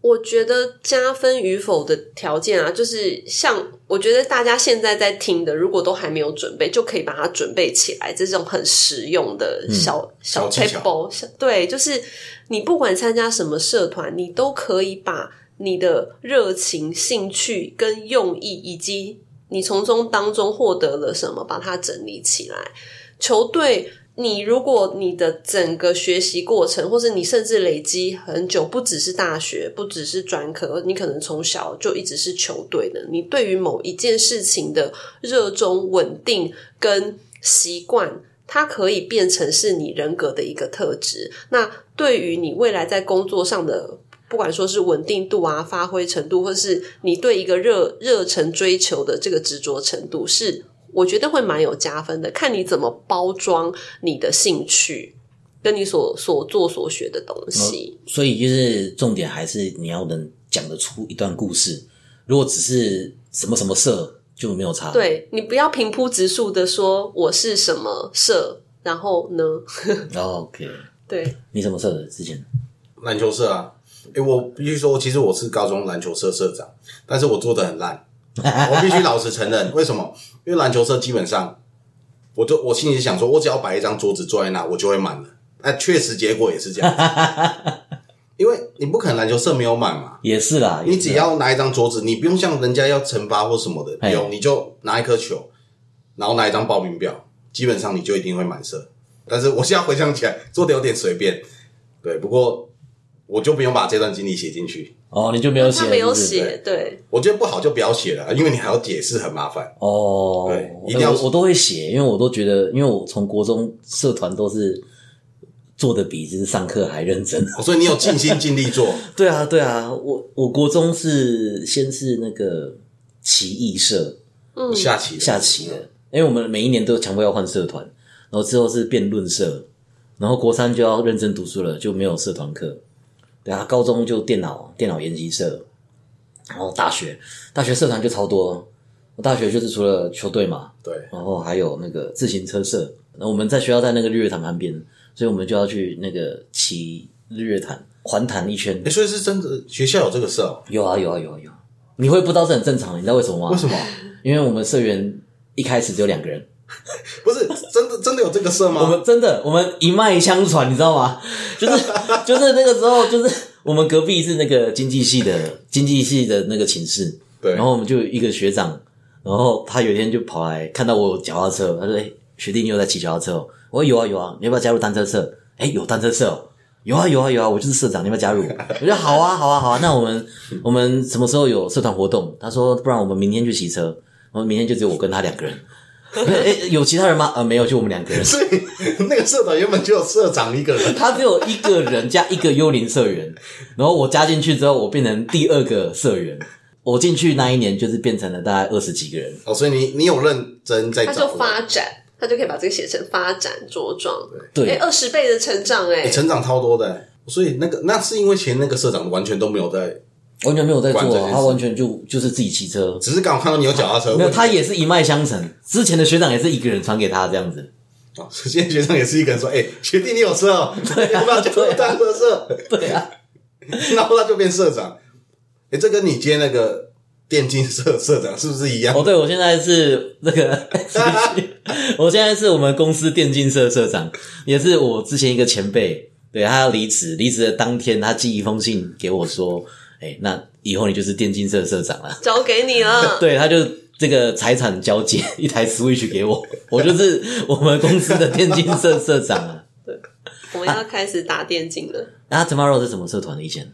S4: 我觉得加分与否的条件啊，就是像我觉得大家现在在听的，如果都还没有准备，就可以把它准备起来，这种很实用的小、小
S3: 嗯小技巧
S4: table，小对，就是你不管参加什么社团，你都可以把你的热情、兴趣跟用意，以及你从中当中获得了什么，把它整理起来。球队你如果你的整个学习过程，或是你甚至累积很久，不只是大学，不只是专科，你可能从小就一直是球队的，你对于某一件事情的热衷、稳定跟习惯，它可以变成是你人格的一个特质。那对于你未来在工作上的。不管说是稳定度啊、发挥程度，或是你对一个热热忱追求的这个执着程度，是我觉得会蛮有加分的。看你怎么包装你的兴趣，跟你所所做所学的东西。
S2: 所以就是重点还是你要能讲得出一段故事。如果只是什么什么社就没有差，，
S4: 对你不要平铺直述的说我是什么社，然后呢，
S2: 哦 OK，
S4: 对，
S2: 你什么社的？之前
S3: 篮球社啊。诶、我必须说，其实我是高中篮球社社长，但是我做的很烂，我必须老实承认。为什么？因为篮球社基本上，我就我心里想说，我只要摆一张桌子坐在那，我就会满了。那、确实结果也是这样子，因为你不可能篮球社没有满嘛。
S2: 也是啦，
S3: 你
S2: 也是
S3: 只
S2: 啦
S3: 要拿一张桌子，你不用像人家要惩罚或什么的，
S2: 嘿
S3: 有你就拿一颗球，然后拿一张报名表，基本上你就一定会满色。但是我现在回想起来，做的有点随便，对，不过我就不用把这段经历写进去。
S2: 哦，你就没有写，
S4: 他没
S2: 是
S4: 有
S2: 不是
S4: 写，对，
S3: 我觉得不好就不要写了，因为你还要解释，很麻烦。
S2: 哦，
S3: 对
S2: 哎
S3: 一定要
S2: 我我都会写，因为我都觉得，因为我从国中社团都是做的比就是上课还认真。
S3: 所以你有尽心尽力 做，
S2: 对啊，对啊，我我国中是先是那个棋艺社
S4: 嗯
S3: 我，下棋了
S2: 下棋的，因为我们每一年都强迫要换社团，然后之后是辩论社，然后国三就要认真读书了，就没有社团课。对啊，高中就电脑电脑研习社，然后大学大学社团就超多，我大学就是除了球队嘛，
S3: 对，
S2: 然后还有那个自行车社。那我们在学校在那个日月潭旁边，所以我们就要去那个骑日月潭环潭一圈
S3: 诶。所以是真的学校有这个社、哦，
S2: 有啊有啊有啊有啊！你会不知道这很正常，你知道为什么吗？
S3: 为什么？
S2: 因为我们社员一开始只有两个人，
S3: 不是真的真的有这个社吗？
S2: 我们真的我们一脉相传，你知道吗？ 就是就是那个时候，就是我们隔壁是那个经济系的经济系的那个寝室，
S3: 对
S2: 然后我们就有一个学长，然后他有一天就跑来看到我有脚踏车，他说：“哎、学弟，你有在骑脚踏车、哦？”我说：“有啊，有啊，你要不要加入单车社？”哎、有单车社、哦。有啊有啊有啊，我就是社长，你要不要加入？我说好啊好啊好啊，那我们我们什么时候有社团活动？他说不然我们明天去骑车，我们明天就只有我跟他两个人。哎、诶有其他人吗？呃没有，就我们两个人。
S3: 所以 那个社团原本就有社长一个人，
S2: 他只有一个人加一个幽灵社 员，然后我加进去之后，我变成第二个社员。我进去那一年就是变成了大概二十几个人，
S3: 哦，所以你你有认真在
S4: 他
S3: 找，
S4: 就发展，他就可以把这个写成发展茁壮，
S2: 对
S4: 哎，二十倍的成长，哎
S3: 欸，成长超多的、所以那个那是因为前那个社长完全都没有在，
S2: 完全没有在做
S3: 管这件
S2: 啊，
S3: 事
S2: 他完全就就是自己骑车，
S3: 只是刚好看到你有脚踏车，
S2: 没有，他也是一脉相承。之前的学长也是一个人传给他这样子，
S3: 哦，现在学长也是一个人说，哎、学弟你有车、 哦， 要不要加入单车社？
S2: 啊对啊，
S3: 然后他就变社长，哎、这跟你接那个电竞社社长是不是一样？
S2: 哦，对，我现在是那个， 我现在是我们公司电竞社社长，也是我之前一个前辈。对他要离职，离职的当天，他寄一封信给我说：“哎、那以后你就是电竞社社长了。”
S4: 交给你 了，
S2: 对，他就这个财产交接一台 Switch 给我， 我就是我们公司的电竞社社长啊。
S4: 我们要开始打电竞了。
S2: 那 Tomorrow 是什么社团的？以前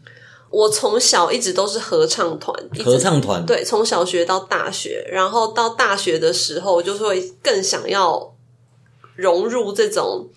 S4: 我从小一直都是合唱团，一直
S2: 合唱团，
S4: 对，从小学到大学，然后到大学的时候，就是会更想要融入这种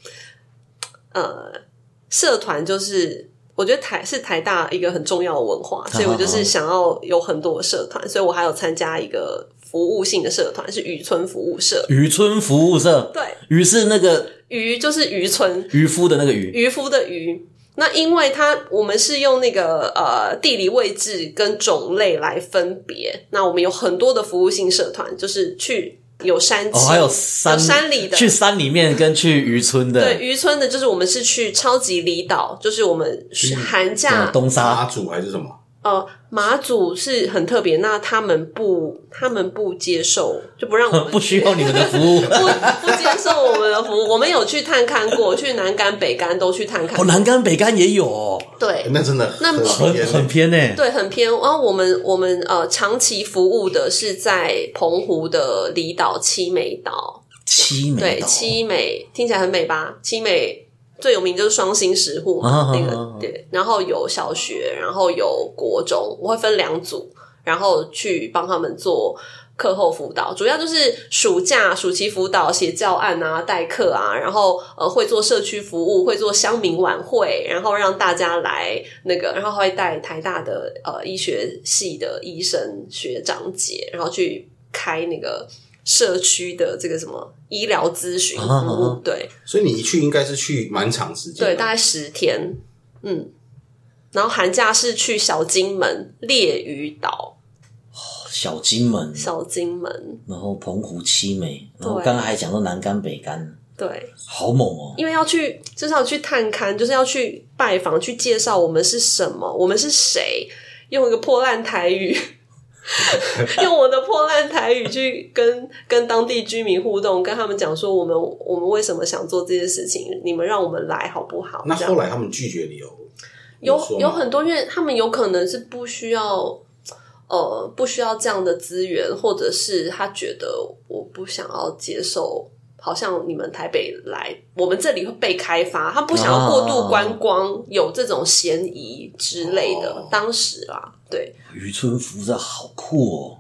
S4: 呃社团，就是我觉得台是台大一个很重要的文化，所以我就是想要有很多的社团，所以我还有参加一个服务性的社团，是渔村服务社。
S2: 渔村服务社，
S4: 对，
S2: 渔是那个
S4: 渔就是渔村，
S2: 渔夫的那个渔，
S4: 渔夫的渔。那因为它我们是用那个呃地理位置跟种类来分别，那我们有很多的服务性社团，就是去有山
S2: 哦，
S4: 鸡
S2: 还有山
S4: 山里的
S2: 去山里面跟去渔村的，
S4: 对渔村的，就是我们是去超级离岛，就是我们是寒
S2: 什
S4: 假
S2: 么嗯东
S3: 马
S2: 沙
S3: 祖还是什么？
S4: 呃马祖是很特别，那他们不他们不接受，就不让我们
S2: 不需要你们的服 务。
S4: 不不接受我们的服务，我们有去探勘过，去南竿北竿都去探勘
S2: 哦，
S4: 过，
S2: 南竿北竿也有、哦，
S4: 对
S3: 欸，那真的
S4: 那
S2: 很
S3: 很偏
S2: 很偏呢、
S4: 对，很偏。然后我们我们呃长期服务的是在澎湖的离岛七美岛，
S2: 七美
S4: 对，
S2: 岛，
S4: 七美听起来很美吧？七美最有名就是双星石户
S2: 啊
S4: 嘛，
S2: 哈
S4: 那
S2: 哈哈
S4: 个对，然后有小学，然后有国中，我会分两组，然后去帮他们做。课后辅导主要就是暑假、暑期辅导、写教案啊、代课啊，然后呃会做社区服务，会做乡民晚会，然后让大家来那个，然后会带台大的呃医学系的医生学长姐，然后去开那个社区的这个什么医疗咨询服
S2: 啊啊
S4: 务
S2: 啊，
S4: 对
S3: 所以你一去应该是去蛮长时间的，
S4: 对，大概十天，嗯，然后寒假是去小金门、烈屿岛、
S2: 小金门，
S4: 小金门，
S2: 然后澎湖七美，然后
S4: 对
S2: 刚刚还讲到南竿北竿，
S4: 对，
S2: 好猛哦！
S4: 因为要去就是要去探勘，就是要去拜访，去介绍我们是什么，我们是谁，用一个破烂台语。 用我的破烂台语去跟跟当地居民互动，跟他们讲说我们我们为什么想做这件事情，你们让我们来好不好？
S3: 那
S4: 这样
S3: 后来他们拒绝理由，
S4: 有
S3: 说吗
S4: 有很多，因为他们有可能是不需要，呃，不需要这样的资源，或者是他觉得我不想要接受，好像你们台北来，我们这里会被开发，他不想要过度观光，有这种嫌疑之类的。
S3: 哦
S4: 当时啦，对
S2: 渔村服这好酷哦！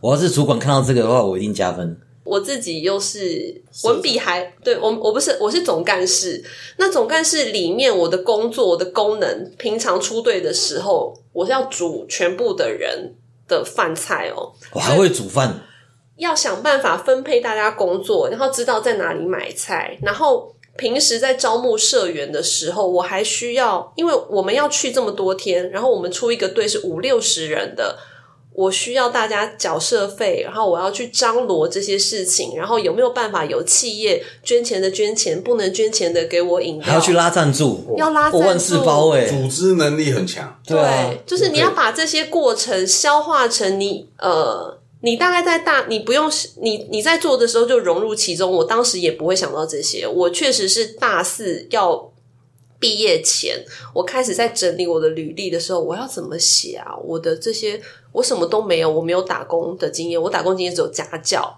S2: 我要是主管看到这个的话，我一定加分。
S4: 我自己又是文笔还对我我不是我是总干事，那总干事里面我的工作我的功能，平常出队的时候，我是要煮全部的人的饭菜哦，
S2: 我还会煮饭，
S4: 要想办法分配大家工作，然后知道在哪里买菜，然后平时在招募社员的时候，我还需要，因为我们要去这么多天，然后我们出一个队是五六十人的，我需要大家缴社费，然后我要去张罗这些事情，然后有没有办法有企业捐钱的捐钱，不能捐钱的给我饮料，
S2: 还要去拉赞助，
S4: 要拉
S2: 我
S4: 赞
S2: 万
S4: 助
S2: 事包哎、
S3: 组织能力很强，
S2: 对啊，
S4: 就是你要把这些过程消化成你呃，你大概在大你不用你你在做的时候就融入其中。我当时也不会想到这些，我确实是大四要毕业前，我开始在整理我的履历的时候，我要怎么写啊？我的这些我什么都没有，我没有打工的经验，我打工经验只有家教，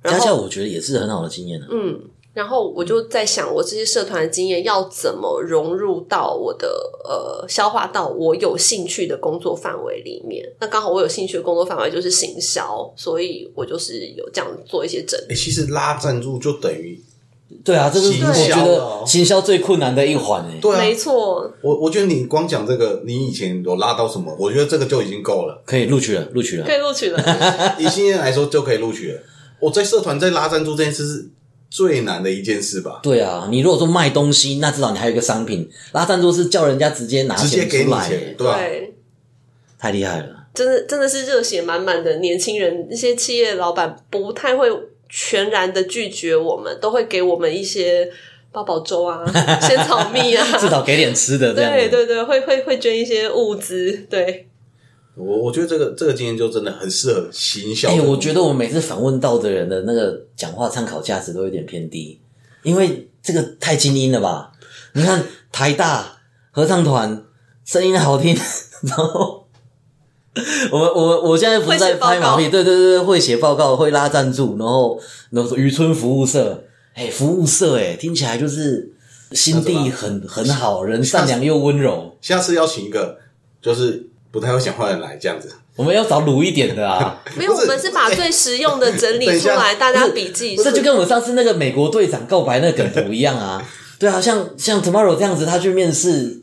S4: 然
S2: 家
S4: 后
S2: 教我觉得也是很好的经验啊。
S4: 嗯，然后我就在想，我这些社团的经验要怎么融入到我的呃，消化到我有兴趣的工作范围里面。那刚好我有兴趣的工作范围就是行销，所以我就是有这样做一些整理。
S3: 哎，其实拉赞助就等于
S2: 对啊，这是
S3: 行
S2: 我
S3: 销
S2: 觉
S3: 的哦
S2: 得行销最困难的一环哎、
S3: 对啊，
S4: 没错，
S3: 我我觉得你光讲这个，你以前有拉到什么？我觉得这个就已经够了，
S2: 可以录取了，录取了
S4: 可。以录取了。
S3: 以经验来说就可以录取了。我在社团在拉赞助这件事是最难的一件事吧，
S2: 对啊，你如果说卖东西，那至少你还有一个商品。拉赞助是叫人家直接拿
S3: 直接
S2: 钱
S3: 给
S2: 出
S3: 你
S2: 来、
S3: 钱，
S2: 欸，
S3: 对吧？
S4: 对，
S2: 太厉害了。
S4: 真的真的是热血满满的年轻人，那些企业老板不太会全然的拒绝我们，都会给我们一些八宝粥啊、仙草蜜 啊，
S2: 至少给点吃的这样子。
S4: 对对对，会会会捐一些物资，对，
S3: 我我觉得这个这个经验就真的很适合行销
S2: 哎、
S3: 的工作。
S2: 我觉得我每次访问到的人的那个讲话参考价值都有点偏低，因为这个太精英了吧？你看台大合唱团声音好听， 然后我们我们我现在不是在拍马
S4: 会
S2: 屁，
S4: 写
S2: 对对对，会写报告，会拉赞助，然后然后说渔村服务社，哎、服务社、哎，听起来就是心
S3: 那
S2: 地
S3: 什么
S2: 很很好，人善良又温柔。
S3: 下次邀请一个就是不太会讲话的人来这样子，
S2: 我们要找鲁一点的 啊。
S4: 没有，
S3: 不
S4: 我
S3: 是
S4: 们是把最实用的整理出来，大家笔记。
S2: 这就跟我上次那个美国队长告白那个梗图一样 啊。对啊，像像 Tomorrow 这样子，他去面试，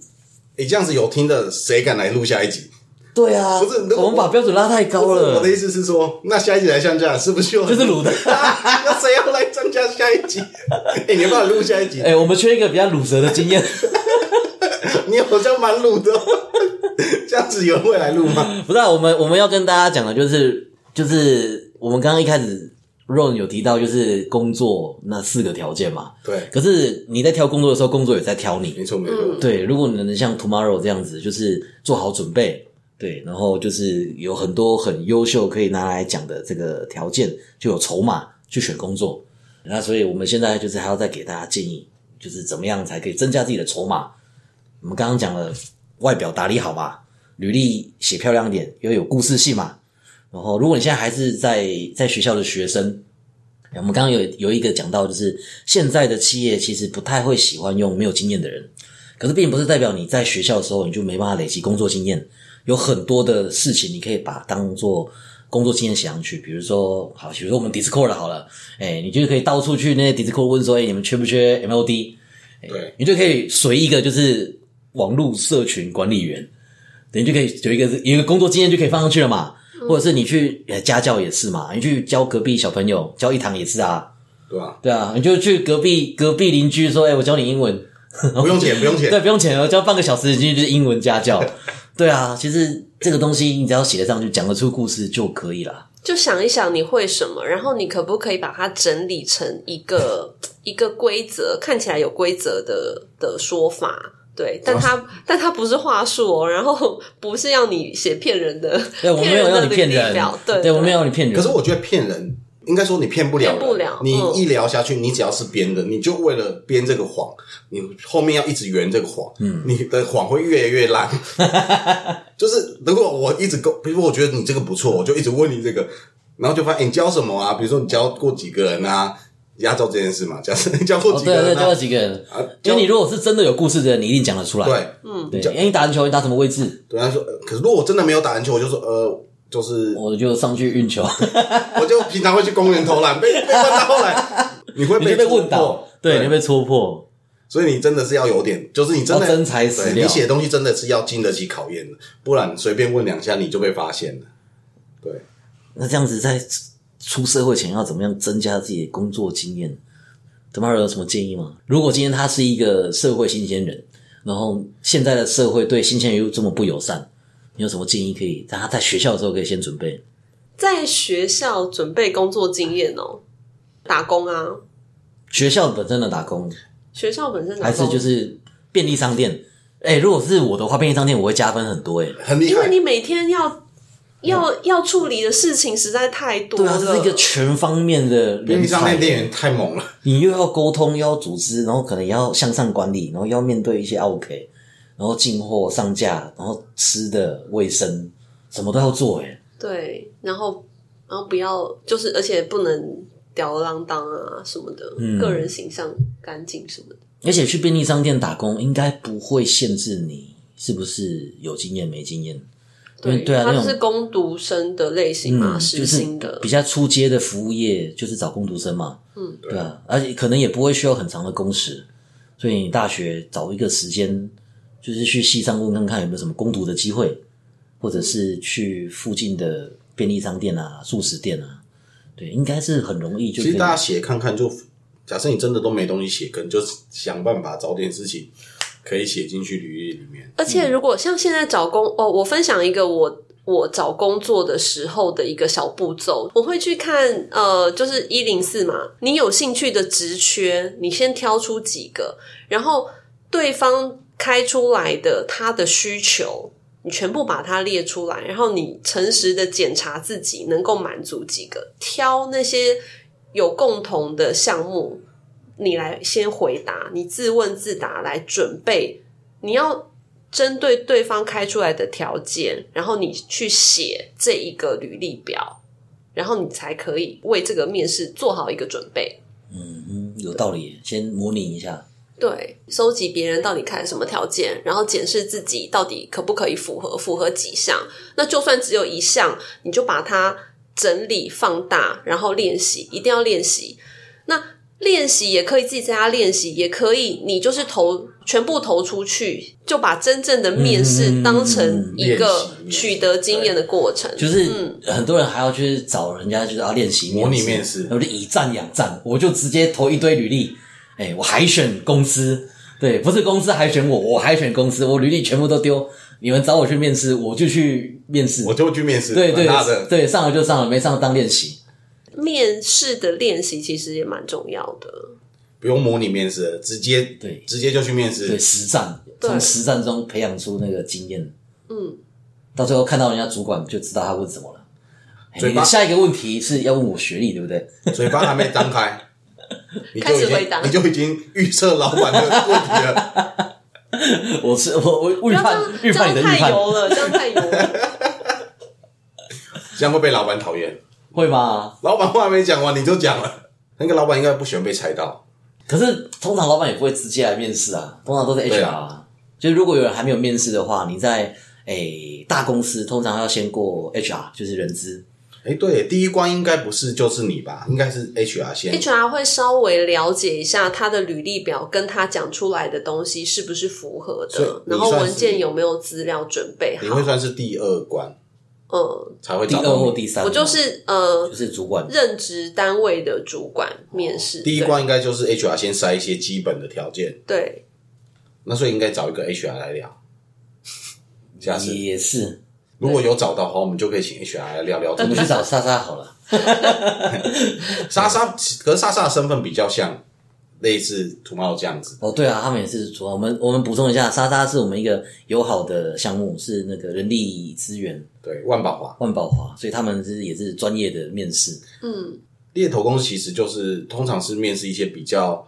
S3: 你这样子有听的谁敢来录下一集？
S2: 对啊，
S3: 不是那个
S2: 我们把标准拉太高
S3: 不是我
S2: 了
S3: 的，意思是说，那下一集来上架是不是就
S2: 就是卤 的。
S3: 那谁要来参加下一集？ 哎、你要不要录下一集？
S2: 哎、我们缺一个比较卤舌的经验，
S3: 你好像蛮鲁的 哦，这样子有人会来录吗？
S2: 不是、啊、我们我们要跟大家讲的就是就是我们刚刚一开始 Ron 有提到就是工作那四个条件嘛，
S3: 对，
S2: 可是你在挑工作的时候，工作也在挑你，
S3: 没错没错，
S2: 对，如果你能像 Tomorrow 这样子，就是做好准备，对，然后就是有很多很优秀可以拿来讲的这个条件，就有筹码去选工作。那所以我们现在就是还要再给大家建议，就是怎么样才可以增加自己的筹码。我们刚刚讲了，外表打理好嘛，履历写漂亮点，要有故事性嘛。然后，如果你现在还是在在学校的学生，我们刚刚有有一个讲到，就是现在的企业其实不太会喜欢用没有经验的人，可是并不是代表你在学校的时候你就没办法累积工作经验，有很多的事情你可以把当做工作经验写上去，比如说好，比如说我们 Discord 好了，哎，你就可以到处去那些 Discord 问说，哎，你们缺不缺 MOD？
S3: 对，
S2: 你就可以随一个就是网络社群管理员，等于就可以有一个有一个工作经验就可以放上去了嘛。或者是你去呃家教也是嘛，你去教隔壁小朋友，教一堂也是啊，
S3: 对吧？
S2: 对啊，你就去隔壁隔壁邻居说，哎、我教你英文，
S3: 不用钱，不用 钱
S2: 对，，不用钱哦，教半个小时进去就是英文家 教，对啊，其实这个东西你只要写得上去，讲得出故事就可以啦。
S4: 就想一想你会什么，然后你可不可以把它整理成一个 一个规则，看起来有规则的的说法。对，但它但它不是话术哦，然后不是要你写骗人的，
S2: 对，我没有
S4: 人
S2: 要
S4: 的
S2: 你骗
S4: 履历
S2: 人
S4: 表，对
S2: 我没有要你骗人，
S3: 可是我觉得骗人，应该说你骗不了人，
S4: 骗不了
S3: 你
S4: 嗯
S3: 一聊下去，你只要是编的，你就为了编这个谎，你后面要一直圆这个谎，嗯，你的谎会越来 越烂。就是如果我一直勾，比如说我觉得你这个不错，我就一直问你这个，然后就发现、欸你教什么啊？比如说你教过几个人啊？压轴这件事嘛，假设你教过
S2: 哦，
S3: 几个
S2: 对啊对啊，
S3: 人
S2: 教了
S3: 啊？
S2: 几个人
S3: 啊，
S2: 因为你如果是真的有故事的人，你一定讲得出来，
S3: 对，
S2: 对，因为你打篮球，你打什么位置，
S3: 对，他说，呃可是如果我真的没有打篮球，我就说，呃，就是
S2: 我就上去运 球，
S3: 我就平常会去公园投篮，被被问到 后来，你会
S2: 你就被
S3: 戳
S2: 问
S3: 破
S2: 倒，对，你会被戳破。
S3: 所以你真的是要有点，就是你真的
S2: 要真材实料
S3: 对你写的东西真的是要经得起考验的，不然随便问两下你就被发现了。对，
S2: 那这样子在出社会前要怎么样增加自己的工作经验？怎么有什么建议吗？如果今天他是一个社会新鲜人，然后现在的社会对新鲜人又这么不友善，你有什么建议可以让他在学校的时候可以先准备？
S4: 在学校准备工作经验哦，打工啊，
S2: 学校本身的打工，
S4: 学校本身打
S2: 还
S4: 工
S2: 是就是便利商店？哎、如果是我的话，便利商店我会加分很多、哎，
S3: 很厉
S4: 因为
S3: 害。
S4: 你每天要要要处理的事情实在太多
S2: 对
S4: 了，
S2: 啊，这是一个全方面的
S3: 便
S2: 人
S3: 利商
S2: 才
S3: 店。店员太猛了，
S2: 你又要沟通，又要组织，然后可能也要向上管理，然后要面对一些 OK，然后进货、上架，然后吃的卫生，什么都要做、欸。
S4: 对，然后然后不要就是，而且不能吊儿郎当啊什么的，
S2: 嗯
S4: 个人形象干净什么的。
S2: 而且去便利商店打工，应该不会限制你是不是有经验没经验。对对啊，
S4: 他
S2: 那
S4: 就是
S2: 种
S4: 工读生的类型嘛，
S2: 嗯，
S4: 实
S2: 就
S4: 薪
S2: 是
S4: 的
S2: 比。较初阶的服务业，就是找工读生嘛。
S4: 嗯，
S2: 对啊，而且可能也不会需要很长的工时，所以你大学找一个时间，就是去西上问看看有没有什么工读的机会，或者是去附近的便利商店啊、素食店啊，对，应该是很容易就
S3: 其
S2: 可
S3: 实
S2: 以
S3: 大。家写看看就，假设你真的都没东西写，可能就想办法找点事情可以写进去履历里面。
S4: 而且如果像现在找工哦，我分享一个我。我找工作的时候的一个小步骤，我会去看，呃，就是一零四嘛，你有兴趣的职缺，你先挑出几个，然后对方开出来的他的需求，你全部把它列出来，然后你诚实的检查自己能够满足几个，挑那些有共同的项目，你来先回答，你自问自答来准备，你要针对对方开出来的条件，然后你去写这一个履历表，然后你才可以为这个面试做好一个准备。
S2: 嗯嗯，有道理耶，先模拟一下。
S4: 对，收集别人到底看什么条件，然后检视自己到底可不可以符合，符合几项。那就算只有一项，你就把它整理放大，然后练习，一定要练习。那练习也可以自己在家练习，也可以你就是投全部投出去，就把真正的面
S2: 嗯
S4: 试当成一个
S3: 嗯练习
S4: 取得经验的过程。
S2: 就是
S4: 嗯
S2: 很多人还要去找人家，就是要练习
S3: 模拟
S2: 试
S3: 面试
S2: 然后就以战养战，我就直接投一堆履历，哎、我海选公司，对，不是公司海选我，我海选公司，我履历全部都丢，你们找我去面试，我就去面试
S3: 我，就会去面试，
S2: 对对
S3: 蛮大的。
S2: 对，上了就上了，没上了当练习，
S4: 面试的练习其实也蛮重要的。
S3: 不用模拟面试了，直接
S2: 对
S3: 直接就去面试。
S2: 对，实战，
S4: 对
S2: 从实战中培养出那个经验，
S4: 嗯，
S2: 到最后看到人家主管就知道他问什么了。哎
S3: 嘴巴
S2: 下一个问题是要问我学历，对不对？
S3: 嘴巴还没张 开，你就已
S4: 开始回
S3: 经
S4: 答
S3: 你就已经预测老板的问题了。
S2: 我是我我
S4: 不
S2: 预
S4: 要这
S2: 判
S4: 样，
S2: 预
S4: 这
S2: 判
S4: 样
S2: 你的预
S4: 太
S2: 判，
S4: 油了，这样太油了。
S3: 这样会被老板讨厌。
S2: 会吗？
S3: 老板话还没讲完，你就讲了，那个老板应该不喜欢被猜到。
S2: 可是通常老板也不会直接来面试啊，通常都是 HR
S3: 对
S2: 啊。就是如果有人还没有面试的话，你在诶、大公司通常要先过 HR，就是人资。
S3: 哎，对，第一关应该不是就是你吧？应该是 HR 先。
S4: HR 会稍微了解一下他的履历表跟他讲出来的东西是不是符合
S3: 所以
S4: 的，
S3: 你
S4: 然后
S3: 算
S4: 文
S3: 是
S4: 件有没有资料准备
S3: 你会
S4: 好。
S3: 算是第二关
S4: 嗯，
S3: 才会
S2: 第
S3: 找
S2: 二
S3: 到
S2: 或
S3: 你。
S2: 第三，
S4: 我就是呃，
S2: 就是主管。
S4: 任职单位的主管面试。
S3: 哦第一
S4: 对
S3: 关应该就是 HR 先筛一些基本的条件，
S4: 对，
S3: 那所以应该找一个 HR 来聊。下次
S2: 也是，
S3: 如果有找到的话，我们就可以请 HR 来聊聊
S2: 我
S3: 这
S2: 们
S3: 个。
S2: 去找莎莎好了。
S3: 莎莎，可是莎莎的身份比较像类似土猫这样子，
S2: 哦，对啊，他们也是主管。我们我们补充一下，莎莎是我们一个友好的项目，是那个人力资源
S3: 对，万宝华
S2: 万宝华，所以他们是也是专业的面试。
S4: 嗯，
S3: 猎头公司其实就是通常是面试一些比较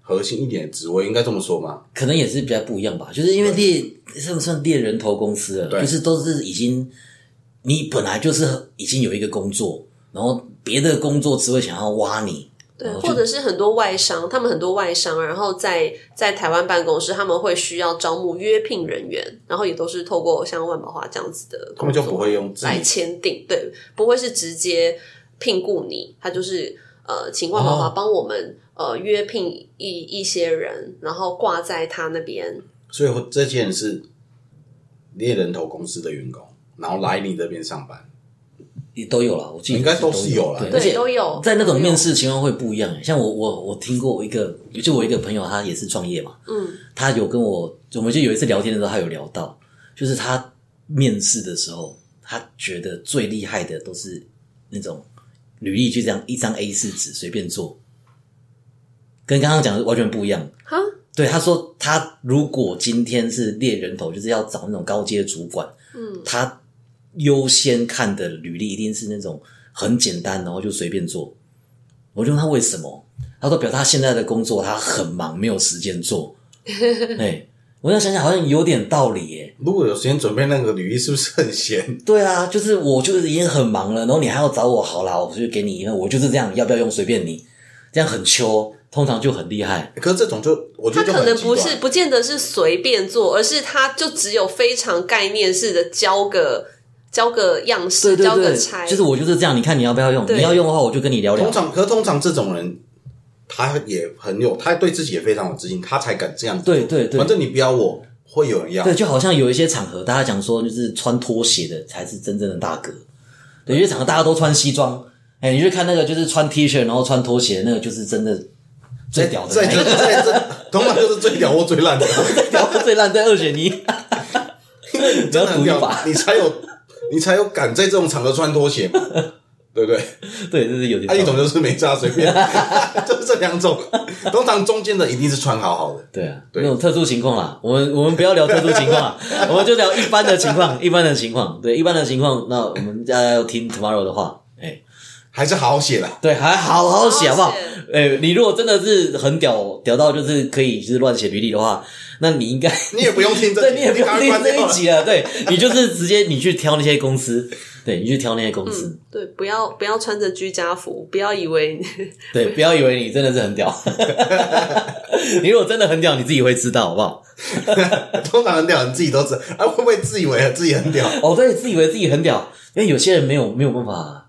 S3: 核心一点的职位，应该这么说吗？
S2: 可能也是比较不一样吧，就是因为猎算不算猎人头公司了，
S3: 对
S2: 就是都是已经你本来就是已经有一个工作，然后别的工作只会想要挖你，
S4: 对，
S2: 哦就
S4: 或者是很多外商，他们很多外商，然后在在台湾办公室，他们会需要招募约聘人员，然后也都是透过像万宝华这样子的
S3: 他
S4: 工
S3: 们就
S4: 作
S3: 不会用自
S4: 来
S2: 嗯
S3: 己
S4: 签订，对，不会是直接聘雇你，他就是呃，请万宝华
S3: 哦
S4: 帮我们、呃约聘一一些人，然后挂在他那边，
S3: 所以这些人是猎人头公司的员工，然后来你这边上班，
S2: 也都有了，我记得
S3: 应该都是
S2: 是
S3: 有啦
S2: 了，
S3: 对
S2: 而且
S4: 对，都有
S2: 在那种面，
S4: 都
S2: 试情况会不一样。像我我我听过一个，就我一个朋友，他也是创业嘛，
S4: 有嗯，
S2: 他有跟我，我们就有一次聊天的时候，他有聊到，就是他面试的时候，他觉得最厉害的都是那种履历就这样一张 A 四纸随便做，跟刚刚讲的完全不一样。
S4: 哈，
S2: 对，他说他如果今天是猎人头，就是要找那种高阶主管，
S4: 嗯，
S2: 他优先看的履历一定是那种很简单，然后就随便做。我就问他为什么，他说表示他现在的工作他很忙，没有时间做。哎，我要想想好像有点道理耶。
S3: 如果有时间准备那个履历，是不是很闲？
S2: 对啊，就是我就是已经很忙了，然后你还要找我，好啦，我就给你，我就是这样，要不要用随便你，这样很秋，通常就很厉害。
S3: 可是这种就我觉
S4: 他
S3: 得就
S4: 可
S3: 很
S4: 能
S3: 极
S4: 不
S3: 端
S4: 是，不见得是随便做，而是他就只有非常概念式的教个教个样式，
S2: 对对
S4: 教个
S2: 对
S4: 差，，
S2: 就是我就是这样，你看你要不要用？
S4: 对
S2: 你要用的话，我就跟你聊聊
S3: 通。常，可是通常这种人，他也很有，他对自己也非常有自信，他才敢这样做。
S2: 对对对
S3: 反正你不要我，会有人要
S2: 对，。就好像有一些场合，大家讲说就是穿拖鞋的才是真正的大哥。对，有些场合大家都穿西装，哎、你去看那个就是穿 T 恤然后穿拖鞋，那个就是真的最屌的
S3: 这
S2: 那一
S3: 就
S2: 个，
S3: 这这，通常就是最屌或最 烂的，
S2: 最屌的最烂最二选一。
S3: 你真的很
S2: 不要赌一
S3: 屌，
S2: 把
S3: 你才有你才有敢在这种场合穿拖鞋嘛，对不对？
S2: 对，这是有
S3: 啊，一
S2: 点
S3: 种就是没差随 便，就是这两种。通常中间的一定是穿好好的，
S2: 对啊，
S3: 对
S2: 那种特殊情况啦，我们我们不要聊特殊情况 啦，我们就聊一般的情况，一般的情况，对，一般的情况。那我们大家要听 tomorrow 的话，哎、
S3: 还是好好写啦。
S2: 对，还好好写好不好
S4: 好好？
S2: 哎、你如果真的是很屌屌到就是可以就是乱写履历的话，那你应该
S3: 你也不用听这，
S2: 对你也不用
S3: 赶快
S2: 听
S3: 关
S2: 这
S3: 掉
S2: 一
S3: 了。
S2: 集了，对你就是直接你去挑那些公司，对你去挑那些公司，
S4: 对，不要不要穿着居家服，不要以 为
S2: 对，不要以为你真的是很 屌，你如果真的很屌，你自己会知道好不好？
S3: 通常很屌，你自己都知道，哎、会不会自以为自己很屌？
S2: 哦，对，自以为自己很屌，因为有些人没有没有办法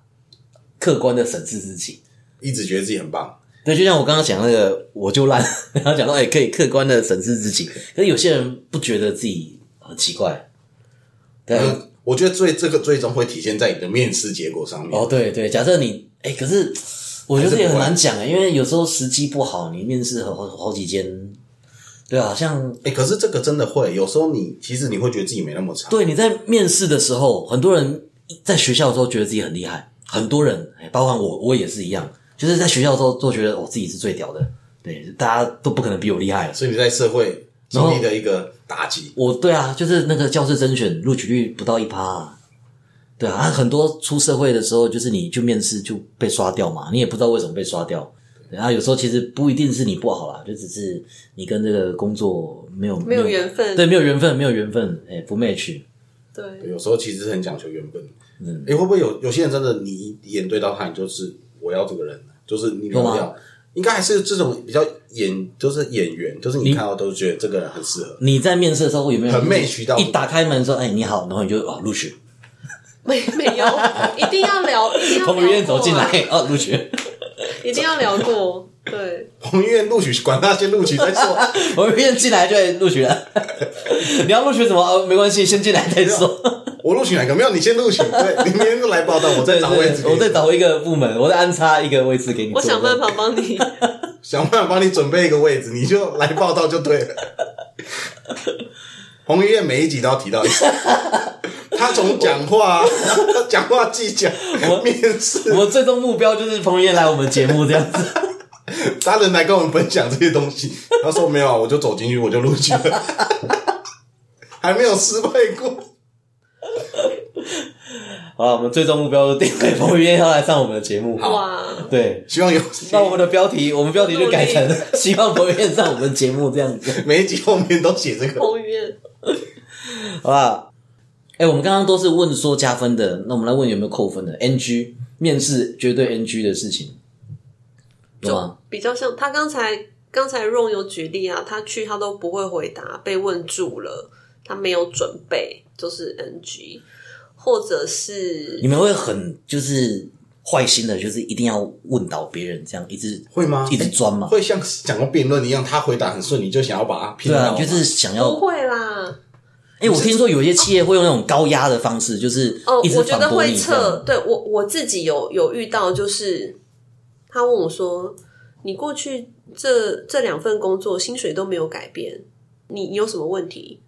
S2: 客观的审视自己。
S3: 一直觉得自己很棒，
S2: 对，就像我刚刚讲那个，我就烂， 然后讲到哎、可以客观的审视自己，可是有些人不觉得自己很奇怪。对，
S3: 嗯，我觉得最这个最终会体现在你的面试结果上面。
S2: 哦，对对，假设你哎、可是我觉得也很难讲哎、因为有时候时机不好，你面试好好好几间，对啊，像
S3: 哎、可是这个真的会，有时候你其实你会觉得自己没那么差，
S2: 对，你在面试的时候，很多人在学校的时候觉得自己很厉害，很多人，哎包含我，我也是一样，就是在学校的时候都觉得我、哦、自己是最屌的，对，大家都不可能比我厉害。
S3: 所以你在社会经
S2: 然后
S3: 历的一个打击。
S2: 我对啊，就是那个教师甄选录取率不到一趴、啊，对啊，啊很多出社会的时候，就是你去面试就被刷掉嘛，你也不知道为什么被刷掉。然后、啊、有时候其实不一定是你不好啦，就只是你跟这个工作没有
S4: 没有缘分
S2: 对，没有缘分，没有缘分，哎、不 match。
S4: 对
S3: 有时候其实是很讲求缘分。嗯，哎、会不会有有些人真的你一眼对到他，你就是我要这个人了，就是你流
S2: 有
S3: 掉，应该还是这种比较演，就是演员，就是你看到都觉得这个人很适合。
S2: 你在面试的时候有没有
S3: 很 match 到
S2: 一打开门说：“哎、你好。”然后你就哦录取，
S4: 没没有，一定要聊，一定要聊
S2: 从医院走进来
S4: 过啊，
S2: 哦录取，
S4: 一定要聊过，对，
S3: 彭于晏录取，管他先录取再说。
S2: 从医院进来就哎录取了。 你要录取什么？哦，没关系，先进来再说。
S3: 我录取哪个？没有，你先录取。对，你明天就来报道，我再找位置给你。
S2: 我再找一个部门，我再安插一个位置给你。
S4: 我想办。法 帮你，
S3: 想办法帮你准备一个位置，你就来报道就对了。彭于晏每一集都要提到一次，他从讲话、他讲话技巧、面试，
S2: 我最终目标就是彭于晏来我们节目这样 子。
S3: 他人来跟我们分享这些东西。他说没有啊，我就走进去，我就录取了，还没有失败过。
S2: 好了，我们最终目标就定为彭于晏要来上我们的节目。
S4: 哇，
S2: 对，
S3: 希望有
S2: 那我们的标题，我们标题就改成“希望彭于晏上我们节目”这样子。
S3: 每一集后面都写这个。
S4: 彭于晏，
S2: 好吧？哎、我们刚刚都是问说加分的，那我们来问有没有扣分的？NG 面试绝对 NG 的事情，有啊吗？
S4: 比较像他刚才刚才 Ron 有举例啊，他去他都不会回答，被问住了，他没有准备，就是 NG，或者是
S2: 你们会很就是坏心的，就是一定要问倒别人，这样一直
S3: 会吗
S2: 一直钻嘛？
S3: 会像讲个辩论一样，他回答很顺，你就想要把他拼
S2: 对
S3: 到
S2: 啊，
S3: 吗。
S2: 就是想要
S4: 不会啦，
S2: 哎、我听说有些企业会用那种高压的方式，就是
S4: 哦，
S2: 一直
S4: 我觉
S2: 反
S4: 得
S2: 驳
S4: 会
S2: 你这
S4: 测
S2: 样。，
S4: 对我我自己有有遇到，就是他问我说：“你过去这这两份工作薪水都没有改变，你你有什么问题？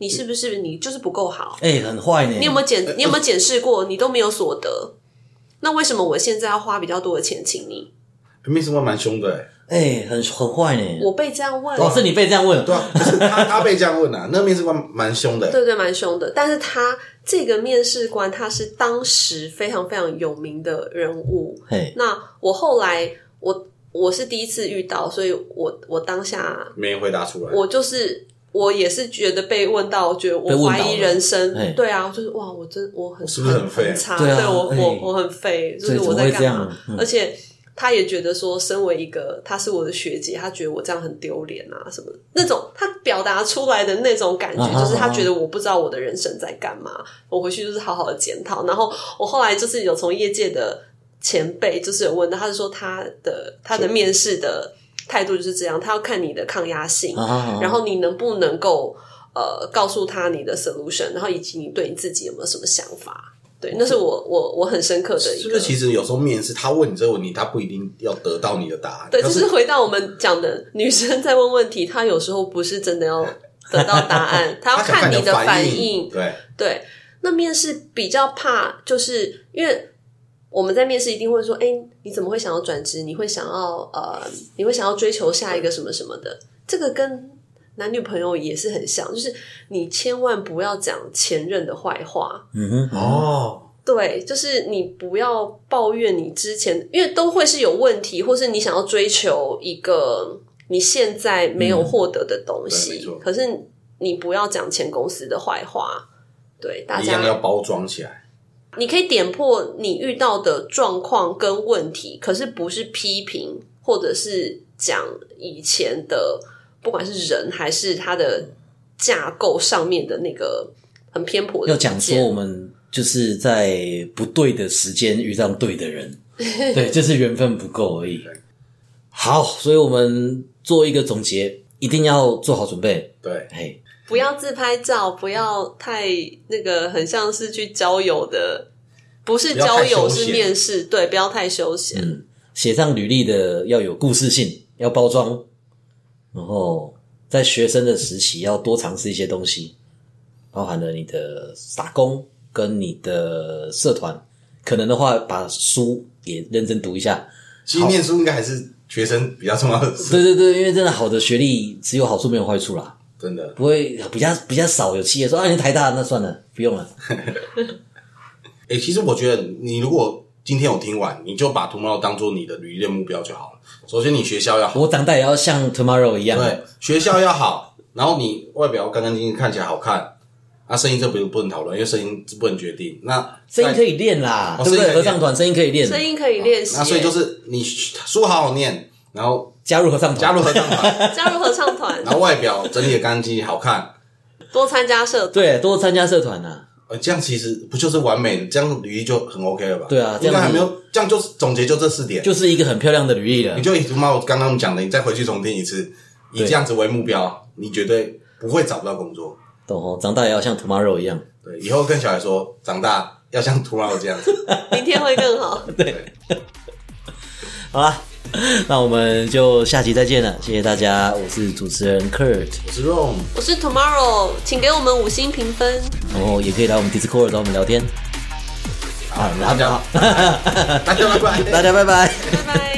S4: 你是不是你就是不够好？
S2: 哎、很坏呢。
S4: 你有没有检你有没有检视过？你都没有所得，那为什么我现在要花比较多的钱请你？
S3: 没什么蛮凶的、欸。
S2: 哎、很很坏呢。
S4: 我被这样问，
S2: 哦，是你被这样问，
S3: 对啊，就是他他被这样问啊，那面试官蛮凶的、
S4: 对对，蛮凶的。但是他这个面试官，他是当时非常非常有名的人物。
S2: 嘿，
S4: 那我后来，我我是第一次遇到，所以我我当下
S3: 没人回答出来。
S4: 我就是我也是觉得被问到，我觉得
S2: 被问
S4: 我
S2: 倒
S4: 怀疑人
S2: 了嘿
S4: 生。对啊，就是哇，我真我很
S3: 是不是很废
S4: 差？
S2: 对啊
S4: 我
S2: 哎
S4: 我我很废，就
S2: 对
S4: 是
S2: 怎么
S4: 我在
S2: 会这
S4: 干嘛
S2: 样？嗯
S4: 而且。他也觉得说，身为一个她是我的学姐，他觉得我这样很丢脸啊，什么的那种，他表达出来的那种感觉
S2: 啊，哈
S4: 就是他
S2: 啊哈
S4: 觉得我不知道我的人生在干嘛，我回去就是好好的检讨。然后我后来就是有从业界的前辈，就是有问到，他是说他的他的面试的态度就是这样，他要看你的抗压性，
S2: 啊啊啊
S4: 然
S3: 哦
S4: 后你能不能够呃告诉他你的 solution，然后以及你对你自己有没有什么想法？对，那是我我我很深刻的一
S3: 是
S4: 个。
S3: 不是其实有时候面试他问你这个问题，他不一定要得到你的答案。
S4: 对，
S3: 可
S4: 就是是回到我们讲的，女生在问问题，她有时候不是真的要得到答案， 她要
S3: 他想看
S4: 你的
S3: 反
S4: 应。
S3: 对，
S4: 对，那面试比较怕，就是因为我们在面试一定会说，哎、你怎么会想要转职？你会想要呃，你会想要追求下一个什么什么的？这个跟男女朋友也是很像，就是你千万不要讲前任的坏话。
S2: 嗯哼，
S3: 哦，
S4: 对，就是你不要抱怨你之前，因为都会是有问题，或是你想要追求一个你现在没有获得的东
S3: 嗯对
S4: 西，
S3: 没错
S4: 可是你不要讲前公司的坏话。对，大
S3: 一样
S4: 家
S3: 要包装起来。
S4: 你可以点破你遇到的状况跟问题，可是不是批评或者是讲以前的，不管是人还是他的架构上面的那个很偏颇的
S2: 要
S4: 意见。
S2: 讲说我们就是在不对的时间遇上对的 人，对，就是缘分不够而已。好，所以我们做一个总结，一定要做好准备。
S3: 对，
S2: 嘿，
S4: 不要自拍照，不要太那个，很像是去交友的，不是交
S3: 不
S4: 友
S3: 要太休闲
S4: 是面试，对，不要太休闲。
S2: 嗯，写上履历的要有故事性，要包装，然后在学生的时期要多尝试一些东西，包含了你的打工跟你的社团，可能的话把书也认真读一下。
S3: 其实念书应该还是学生比较重要的事，
S2: 对对对，因为真的好的学历只有好处没有坏处啦。
S3: 真的。
S2: 不会比较比较少有企业说啊，你台大那算了，不用了。
S3: 诶、其实我觉得你如果今天我听完，你就把 tomorrow 当做你的履历的目标就好了。首先，你学校要好，
S2: 我长大也要
S4: 嗯
S2: 像 Tomorrow 一样，
S3: 对，学校要好，然后你外表干干净净，看起来好看，啊，声音这不不能讨论，因为声音不能决定。那
S2: 声音可以练啦，
S3: 哦
S2: 对不
S3: 声音可
S2: 对？
S3: 以练
S2: 合唱团声音可以练，
S4: 声音可以练习耶。
S3: 啊那所以就是你书好好念，然后
S2: 加入合唱团，
S3: 加入合唱 团，
S4: 加入合唱团，
S3: 然后外表整理的干净好看，
S4: 多参加社团。
S2: 对，多参加社团啊呐。
S3: 呃，这样其实不就是完美？这样履历就很 OK 了吧？
S2: 对啊
S3: 应
S2: 这
S3: 该
S2: 样
S3: 还
S2: 子
S3: 没有，这样就是总结就这四点，
S2: 就是一个很漂亮的履历了
S3: 你。就以妈我刚刚讲的，你再回去重听一次，以
S2: 对
S3: 这样子为目标，你绝对不会找不到工作。
S2: 懂哦，长大也要像 Tomorrow 一样。
S3: 对，以后跟小孩说，长大要像 Tomorrow 这样 子。
S4: 明天会更好。
S2: 好啦， 那我们就下期再见了，谢谢大家，我是主持人 Kurt，
S3: 我是 Rom，
S4: 我是 Tomorrow，请给我们五星评分。
S2: 然后也可以来我们 Discord 找我们聊天。啊
S3: 好，大家，大家拜拜。
S2: 大家拜拜。
S4: 拜拜。